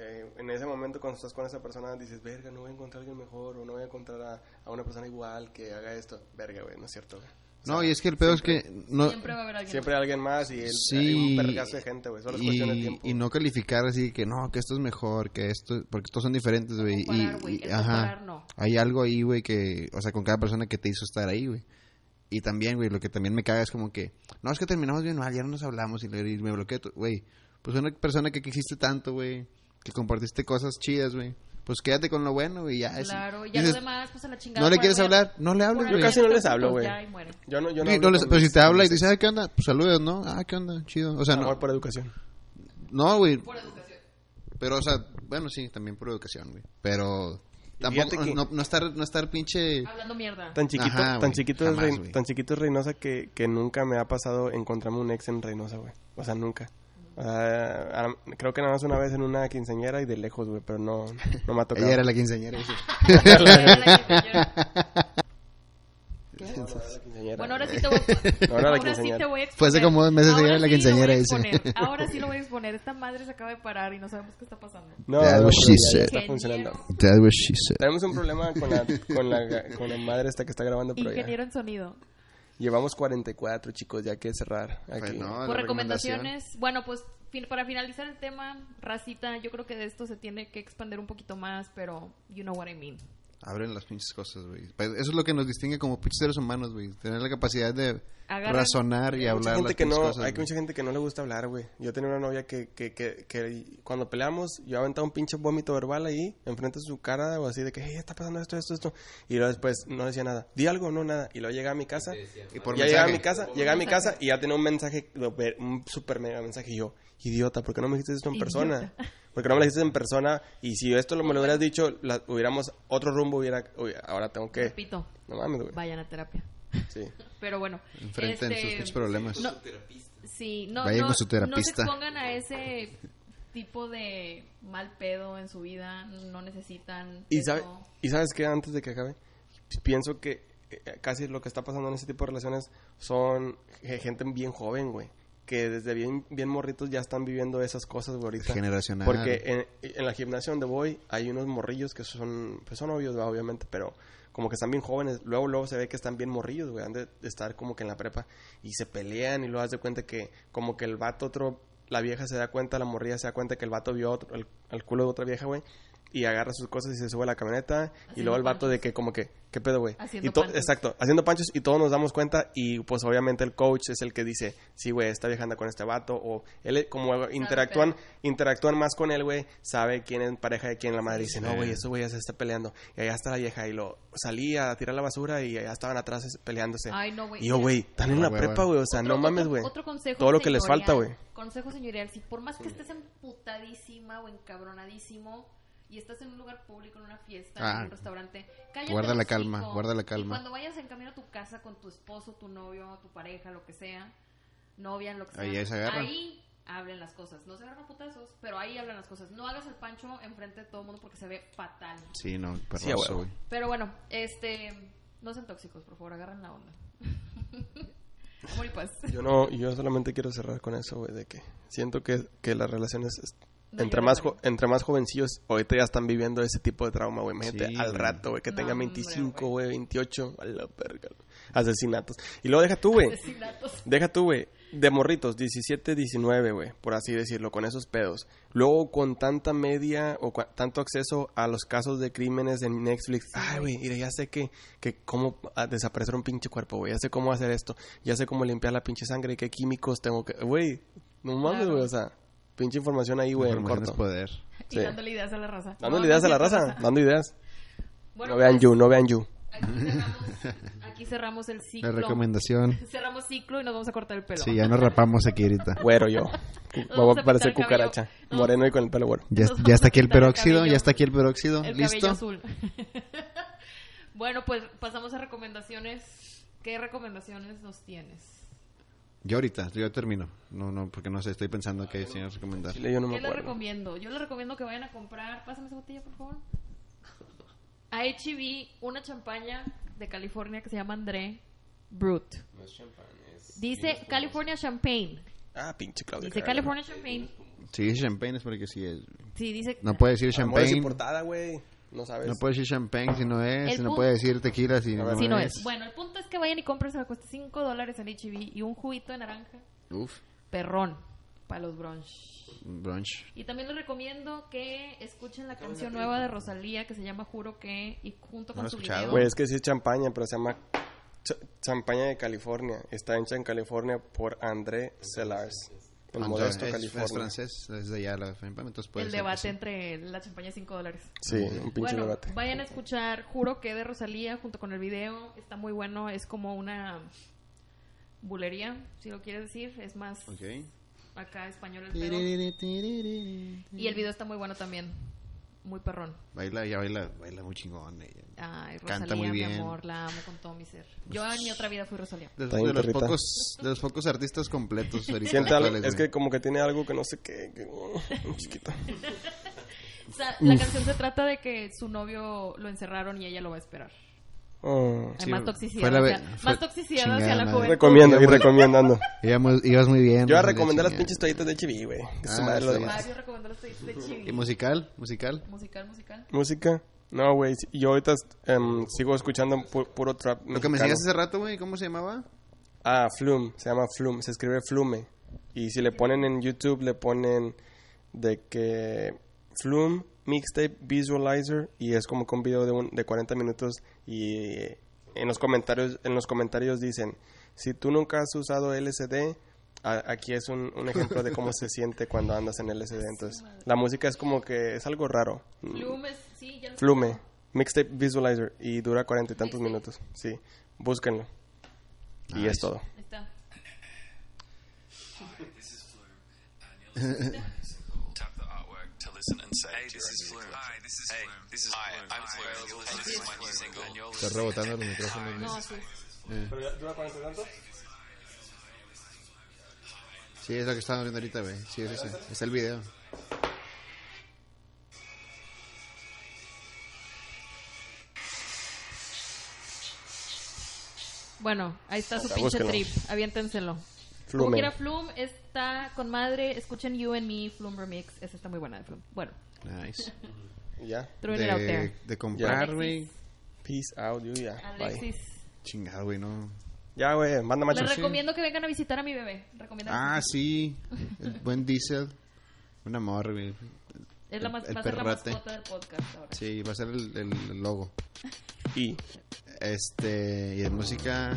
Speaker 1: eh, en ese momento cuando estás con esa persona dices, verga, no voy a encontrar a alguien mejor o no voy a encontrar a, a una persona igual que haga esto. Verga, güey, no es cierto, güey. O
Speaker 3: No,
Speaker 1: sea,
Speaker 3: y es que el pedo es que... No,
Speaker 2: Siempre va a haber alguien.
Speaker 1: Siempre hay alguien más y el, hay
Speaker 3: sí.
Speaker 1: un pergazo de gente, güey. Solo es cuestión de
Speaker 3: y,
Speaker 1: tiempo.
Speaker 3: y no calificar así que no, que esto es mejor, que esto... Porque todos son diferentes, güey. y-
Speaker 2: comparar, güey,
Speaker 3: y-
Speaker 2: el
Speaker 3: ajá.
Speaker 2: comparar no.
Speaker 3: Hay algo ahí, güey, que... O sea, con cada persona que te hizo estar ahí, güey. Y también, güey, lo que también me caga es como que... No, es que terminamos bien mal, ya no nos hablamos y, le- y me bloqueé, tu- güey. Pues una persona que quisiste tanto, güey. Que compartiste cosas chidas, güey. Pues quédate con lo bueno, güey, ya. es-
Speaker 2: Claro, y ya lo
Speaker 3: dices,
Speaker 2: demás, pues a la chingada.
Speaker 3: No le
Speaker 2: por
Speaker 3: quieres
Speaker 2: algo ya-
Speaker 3: hablar, no le
Speaker 2: por
Speaker 3: hables,
Speaker 2: algo
Speaker 3: güey.
Speaker 1: Yo casi
Speaker 2: ya
Speaker 1: no
Speaker 2: no
Speaker 1: les
Speaker 2: te
Speaker 1: hablo,
Speaker 2: juntas,
Speaker 1: güey.
Speaker 2: ya, y muere.
Speaker 1: Yo no, yo no
Speaker 3: Sí,
Speaker 1: hablo
Speaker 3: no les-
Speaker 1: con
Speaker 3: pero si
Speaker 1: mis-
Speaker 3: te habla
Speaker 1: con
Speaker 3: y te
Speaker 1: mis-
Speaker 3: dice, ah, ¿qué onda? Pues saludos, ¿no? Ah, ¿qué onda? Chido. O sea,
Speaker 1: amor
Speaker 3: no,
Speaker 1: por educación.
Speaker 3: no, güey.
Speaker 2: Por educación.
Speaker 3: Pero, o sea, bueno, sí, también por educación, güey. Pero Tampoco,
Speaker 1: Fíjate que-
Speaker 3: no, no estar, no estar pinche...
Speaker 2: Hablando mierda.
Speaker 1: Tan chiquito,
Speaker 3: Ajá, güey,
Speaker 1: tan, chiquito es
Speaker 3: jamás,
Speaker 1: Rein-
Speaker 3: güey.
Speaker 1: tan chiquito es Reynosa que, que nunca me ha pasado encontrarme un ex en Reynosa, güey. O sea, nunca. O sea, ahora- creo que nada más una vez en una quinceañera y de lejos, güey, pero no, no me ha tocado.
Speaker 3: Ella era la quinceañera. dice.
Speaker 1: Era la quinceañera, Eh,
Speaker 2: Bueno,
Speaker 1: güey.
Speaker 2: ahora sí te voy a,
Speaker 1: No, era la
Speaker 2: ahora sí
Speaker 1: quinceañera.
Speaker 2: te voy a exponer.
Speaker 3: Fue hace como dos meses
Speaker 2: Ahora
Speaker 3: ella era la
Speaker 2: sí lo voy a
Speaker 3: quinceañera, dice.
Speaker 2: exponer. Ahora sí lo voy a exponer. Esta madre se acaba de parar y no sabemos qué está pasando.
Speaker 1: No,
Speaker 3: That's
Speaker 1: no, pero
Speaker 3: what she
Speaker 1: ya- ya
Speaker 3: said.
Speaker 1: está funcionando.
Speaker 2: Ingeniero.
Speaker 3: That's what she said.
Speaker 1: Tenemos un problema con la, con la, con la madre esta que está grabando, pero ya.
Speaker 2: Ingeniero en sonido.
Speaker 1: Llevamos 44, chicos, ya hay que cerrar aquí.
Speaker 3: Pues no,
Speaker 2: Por
Speaker 3: la recomendación.
Speaker 2: recomendaciones, bueno, pues fin- para finalizar el tema, racita, yo creo que de esto se tiene que expandir un poquito más, pero you know what I mean.
Speaker 3: Abren las pinches cosas, güey. Pues Eso es lo que nos distingue como pinches seres humanos, güey. Tener la capacidad de
Speaker 2: Agarran-
Speaker 3: razonar y
Speaker 1: Hay mucha
Speaker 3: hablar
Speaker 1: gente
Speaker 3: las
Speaker 1: que
Speaker 3: pinches
Speaker 1: no,
Speaker 3: cosas.
Speaker 1: hay
Speaker 3: güey.
Speaker 1: mucha gente que no le gusta hablar, güey. Yo tenía una novia que, que, que, que cuando peleamos, yo aventaba un pinche vómito verbal ahí, enfrente de su cara, o así de que, hey, está pasando esto, esto, esto. Y luego después no decía nada. Di algo, no nada. Y luego llegaba a mi casa.
Speaker 3: Y por
Speaker 1: ya llegaba a mi
Speaker 3: mensaje.
Speaker 1: casa, llegaba a mi casa y ya tenía un mensaje, lo ve- un super mega mensaje. Y yo, idiota, ¿por qué no me dijiste esto en persona? ¿Por qué no me lo dijiste en persona? Y si esto lo- me lo hubieras dicho, la- hubiéramos otro rumbo, hubiera. uy, ahora tengo que.
Speaker 2: Repito,
Speaker 1: No mames, güey.
Speaker 2: vayan a terapia.
Speaker 1: Sí.
Speaker 2: Pero bueno, este,
Speaker 3: Enfrenten sus pinches problemas.
Speaker 2: no- sí, no,
Speaker 3: Vayan
Speaker 2: no-
Speaker 3: con su
Speaker 2: no se
Speaker 3: terapista.
Speaker 2: expongan a ese tipo de mal pedo en su vida, no necesitan
Speaker 1: Y,
Speaker 2: eso.
Speaker 1: sabe- y sabes que antes de que acabe, pienso que eh, casi lo que está pasando en ese tipo de relaciones son ge- gente bien joven, güey. Que desde bien, bien morritos ya están viviendo esas cosas, güey, ahorita.
Speaker 3: Generacional.
Speaker 1: Porque en, en la gimnasia donde voy hay unos morrillos que son, pues son obvios, ¿verdad? obviamente, pero como que están bien jóvenes. Luego, luego se ve que están bien morrillos, güey. Han de estar como que en la prepa y se pelean y luego haz de cuenta que como que el vato otro, la vieja se da cuenta, la morrilla se da cuenta que el vato vio otro- el, el culo de otra vieja, güey. Y agarra sus cosas y se sube a la camioneta. y luego el vato de que como que, ¿qué pedo, güey?
Speaker 2: Haciendo
Speaker 1: Y to-
Speaker 2: panchos.
Speaker 1: Exacto, haciendo panchos y todos nos damos cuenta y pues obviamente el coach es el que dice, sí, güey, esta vieja anda con este vato o él como interactúan interactúan más con él, güey, sabe quién es pareja de quién la madre. Dice, no, güey, eso güey ya se está peleando. Y allá está la vieja y lo salí a tirar la basura y allá estaban atrás es- peleándose.
Speaker 2: Ay, no, güey.
Speaker 1: Y yo, güey, están en
Speaker 3: No,
Speaker 1: la
Speaker 3: Ah, güey,
Speaker 1: prepa,
Speaker 3: güey.
Speaker 1: güey, o sea,
Speaker 2: Otro-
Speaker 1: no mames,
Speaker 2: otro-
Speaker 1: güey.
Speaker 2: Otro consejo.
Speaker 1: Todo lo que les
Speaker 2: señorial,
Speaker 1: falta, güey.
Speaker 2: Consejo señorial: si por más que estés emputadísima o encabronadísimo y estás en un lugar público, en una fiesta,
Speaker 3: Ah.
Speaker 2: en un restaurante, cállate.
Speaker 3: Guarda la
Speaker 2: el
Speaker 3: calma,
Speaker 2: hocico.
Speaker 3: guarda la
Speaker 2: Y
Speaker 3: calma.
Speaker 2: cuando vayas en camino a tu casa con tu esposo, tu novio, tu pareja, lo que sea, novia, lo que sea.
Speaker 3: Ahí ya se agarran.
Speaker 2: Ahí hablen las cosas. No se agarran a putazos, pero ahí hablan las cosas. No hagas el pancho enfrente de todo el mundo porque se ve fatal.
Speaker 3: Sí, no, perroso,
Speaker 1: Sí, a huevo.
Speaker 3: güey.
Speaker 2: Pero bueno, este. No sean tóxicos, por favor, agarren la onda. Amor y paz.
Speaker 1: Yo no, yo solamente quiero cerrar con eso, güey, de que siento que, que las relaciones es-
Speaker 2: No,
Speaker 1: entre
Speaker 2: yo
Speaker 1: más
Speaker 2: también.
Speaker 1: jo- entre más jovencillos ahorita ya están viviendo ese tipo de trauma, güey, imagínate
Speaker 3: Sí,
Speaker 1: al
Speaker 3: güey.
Speaker 1: rato, güey, que
Speaker 2: No,
Speaker 1: tenga
Speaker 2: hombre,
Speaker 1: 25, güey, 28, a la verga, asesinatos. Y luego deja tú, güey.
Speaker 2: Asesinatos.
Speaker 1: Deja tú, güey. De morritos, 17, 19, güey, por así decirlo, con esos pedos. Luego con tanta media o cua- tanto acceso a los casos de crímenes en Netflix. Ay, güey, mira, ya sé que, que cómo ah, desaparecer un pinche cuerpo, güey. Ya sé cómo hacer esto. Ya sé cómo limpiar la pinche sangre. Qué químicos tengo que... Güey, no mames,
Speaker 2: Claro.
Speaker 1: güey. O sea, pinche información ahí, güey, en
Speaker 3: Información es
Speaker 1: corto.
Speaker 3: poder.
Speaker 2: Y
Speaker 1: Sí.
Speaker 2: dándole ideas a la raza.
Speaker 1: Dándole
Speaker 2: No,
Speaker 1: ideas
Speaker 2: no
Speaker 1: a
Speaker 2: es
Speaker 1: la
Speaker 2: cierto,
Speaker 1: raza. Dando ideas.
Speaker 2: Bueno,
Speaker 1: No vean
Speaker 2: pues,
Speaker 1: you, no vean you.
Speaker 2: Aquí cerramos, aquí cerramos el
Speaker 3: La
Speaker 2: ciclo.
Speaker 3: recomendación.
Speaker 2: Cerramos ciclo y nos vamos a cortar el pelo.
Speaker 3: Sí, ya nos rapamos aquí ahorita.
Speaker 1: Güero yo.
Speaker 2: Nos
Speaker 1: Voy
Speaker 2: vamos
Speaker 1: a
Speaker 2: a
Speaker 1: parecer
Speaker 2: pintar el cabello.
Speaker 1: cucaracha.
Speaker 2: Nos
Speaker 1: Moreno y con el pelo güero.
Speaker 3: Ya,
Speaker 2: Nos
Speaker 3: ya
Speaker 2: vamos
Speaker 3: está
Speaker 2: a
Speaker 3: aquí el
Speaker 2: pintar el
Speaker 3: peróxido,
Speaker 2: cabello.
Speaker 3: ya está aquí el peróxido.
Speaker 2: El cabello
Speaker 3: ¿Listo?
Speaker 2: azul. bueno, pues pasamos a recomendaciones. ¿Qué recomendaciones nos tienes?
Speaker 3: Yo ahorita, yo termino. No, no, porque no sé, estoy pensando
Speaker 1: Ah,
Speaker 3: que sin recomendar.
Speaker 1: Chile, yo no me
Speaker 2: ¿Qué les
Speaker 1: acuerdo.
Speaker 2: recomiendo? Yo les recomiendo que vayan a comprar, pásame esa botella por favor. A HB, una champaña de California que se llama André Brut. Dice California Champagne.
Speaker 1: Ah, pinche
Speaker 3: Pues
Speaker 1: Claudia.
Speaker 2: Dice
Speaker 1: Carrera.
Speaker 2: California Champagne.
Speaker 3: Sí, champagne es porque sí es.
Speaker 2: Sí, dice.
Speaker 3: No puede decir
Speaker 1: A lo mejor es
Speaker 3: champagne.
Speaker 1: importada, güey. No sabes.
Speaker 3: No puede decir champagne si no es.
Speaker 2: El
Speaker 3: no
Speaker 2: pu-
Speaker 3: puede decir tequila si no,
Speaker 1: ver,
Speaker 2: Si
Speaker 1: si
Speaker 2: no
Speaker 3: es.
Speaker 2: es. Bueno, el punto es que vayan y compren, se cuesta 5 dólares en HB y un juguito de naranja.
Speaker 3: Uf,
Speaker 2: Perrón. Para los brunch.
Speaker 3: brunch.
Speaker 2: Y también les recomiendo que escuchen la canción nueva de Rosalía que se llama Juro que. Y junto
Speaker 3: No
Speaker 2: con
Speaker 3: la he
Speaker 2: su
Speaker 3: escuchado.
Speaker 2: video.
Speaker 1: Güey, es que sí es champaña, pero se llama ch- Champaña de California. Está hecha en California por André Sellars. En
Speaker 3: Andrés,
Speaker 1: Modesto,
Speaker 3: es,
Speaker 1: California.
Speaker 3: es francés, desde allá la champagne, entonces puede
Speaker 2: el
Speaker 3: ser que
Speaker 2: debate
Speaker 3: sí.
Speaker 2: entre la champaña de 5 dólares.
Speaker 1: Sí, un pinche
Speaker 2: Bueno,
Speaker 1: debate.
Speaker 2: vayan a escuchar Juro que de Rosalía junto con el video. Está muy bueno, es como una bulería, si lo quieres decir. Es más acá español el pedo.
Speaker 3: Ok. Mm.
Speaker 2: Y el video está muy bueno también. muy perrón.
Speaker 3: Baila, ya baila, baila muy chingón ella.
Speaker 2: Ay, Rosalía,
Speaker 3: Canta muy
Speaker 2: mi
Speaker 3: bien.
Speaker 2: amor, la amo con todo mi ser. Yo en mi otra vida fui Rosalía.
Speaker 3: De,
Speaker 1: Está
Speaker 3: de
Speaker 1: bien,
Speaker 3: los
Speaker 1: perrita.
Speaker 3: pocos, de los pocos artistas completos ahorita.
Speaker 1: Siente algo-
Speaker 3: actuales,
Speaker 1: es
Speaker 3: güey.
Speaker 1: que como que tiene algo que no sé qué, que- uh, chiquita.
Speaker 2: O sea, la canción se trata de que su novio lo encerraron y ella lo va a esperar.
Speaker 1: Oh.
Speaker 2: Hay
Speaker 3: Sí,
Speaker 2: más
Speaker 3: fue
Speaker 2: toxicidad,
Speaker 3: la
Speaker 2: o
Speaker 3: ve-
Speaker 2: sea,
Speaker 3: fue-
Speaker 2: más toxicidad
Speaker 3: chingada
Speaker 2: hacia la
Speaker 3: madre.
Speaker 2: juventud.
Speaker 1: Recomiendo y recomendando.
Speaker 3: Ella muy- ibas muy bien.
Speaker 1: Yo ya
Speaker 3: muy
Speaker 1: recomendé las
Speaker 3: chingada.
Speaker 1: pinches toallitas de chibi, güey. Que su
Speaker 3: Ah,
Speaker 1: madre lo
Speaker 3: sí.
Speaker 1: demás.
Speaker 2: Mario recomendó los toditos de
Speaker 3: ¿Y
Speaker 2: Chibi.
Speaker 3: musical? ¿Musical?
Speaker 2: Musical, musical.
Speaker 1: Música. No, güey. sí, Yo ahorita em, sigo escuchando pu- puro trap.
Speaker 3: Lo que me
Speaker 1: mexicano.
Speaker 3: enseñaste hace rato, güey, ¿cómo se llamaba?
Speaker 1: Ah, Flume, se llama Flume, se escribe Flume. Y si le ponen en YouTube, le ponen de que Flume Mixtape Visualizer y es como que un video de, un- de 40 minutos y eh, en los comentarios en los comentarios dicen, si tú nunca has usado LSD, a- aquí es un, un ejemplo de cómo se siente cuando andas en LSD. Entonces, la música es como que es algo raro.
Speaker 2: Flumes, sí, ya lo
Speaker 1: Flume Mixtape Visualizer y dura cuarenta y tantos minutos. Sí, búsquenlo. Y es todo.
Speaker 2: Ahí Está.
Speaker 5: Tap the artwork to listen and save. Hey, this is Flume. Hi, this is Flume. This is Hi, I'm Flume. You're listening to my new single. And you're
Speaker 3: Está rebotando los micrófonos.
Speaker 2: No, sí.
Speaker 1: ¿Dura cuarenta y tantos?
Speaker 3: Sí, es lo que estamos viendo ahorita, güey. Sí, es ese. Está el video.
Speaker 2: Bueno, ahí está su
Speaker 1: sea,
Speaker 2: pinche
Speaker 1: búsquenlo.
Speaker 2: trip. Aviéntenselo. Como
Speaker 1: Flume.
Speaker 2: quiera Flume está con madre. Escuchen You and Me, Flume Remix. Esa está muy buena de Flume. Bueno,
Speaker 3: Nice.
Speaker 1: Ya.
Speaker 2: throwing it out
Speaker 3: De,
Speaker 2: there.
Speaker 3: de comprar,
Speaker 1: Ya.
Speaker 3: güey.
Speaker 1: Peace out, you, ya. Bye.
Speaker 2: Alexis.
Speaker 3: Chingado, güey, no.
Speaker 1: Ya, güey, manda macho.
Speaker 2: Les recomiendo que vengan a visitar a mi bebé. Recomiendo
Speaker 3: Ah, sí. El buen Diesel. Un amor, güey.
Speaker 2: es la, mas-
Speaker 3: el
Speaker 2: va a ser la
Speaker 3: perrote.
Speaker 2: mascota del podcast ahora.
Speaker 3: Sí, va a ser el, el logo.
Speaker 1: Y
Speaker 3: Este, y de música,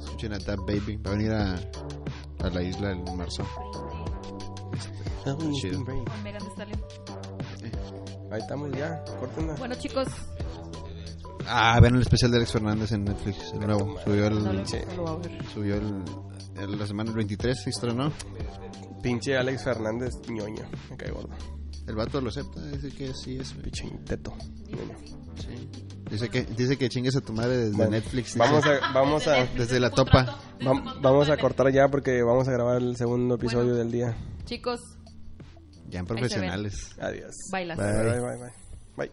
Speaker 3: escuchen a Tap Baby. Va a venir a, a la isla en marzo. chido.
Speaker 2: Con Megan Thee Stallion.
Speaker 1: Ahí estamos ya. Córtenla.
Speaker 2: Bueno, chicos,
Speaker 3: Ah, vean el especial de Alex Fernández en Netflix, el nuevo. Subió
Speaker 2: no lo,
Speaker 3: el,
Speaker 1: Sí.
Speaker 2: no lo va a ver.
Speaker 3: subió el, el- la semana del 23, se estrenó.
Speaker 1: Pinche Alex Fernández, ñoño. Me cae gordo.
Speaker 3: El vato lo acepta, dice que sí es. güey.
Speaker 1: Pinche inteto. ñoño.
Speaker 3: Sí. Dice que, dice que chingues a tu madre desde
Speaker 1: Bueno,
Speaker 3: Netflix. dice.
Speaker 1: Vamos a, vamos a,
Speaker 2: Desde
Speaker 3: Desde la
Speaker 2: su
Speaker 3: topa.
Speaker 2: contrato, desde su
Speaker 1: vam-
Speaker 2: contrato
Speaker 1: vamos
Speaker 2: de
Speaker 1: a
Speaker 2: Netflix.
Speaker 1: cortar ya porque vamos a grabar el segundo episodio del día.
Speaker 2: Chicos,
Speaker 3: Ya en profesionales.
Speaker 1: Adiós.
Speaker 2: bailas.
Speaker 3: Bye.
Speaker 1: Bye, bye, bye. Bye. bye.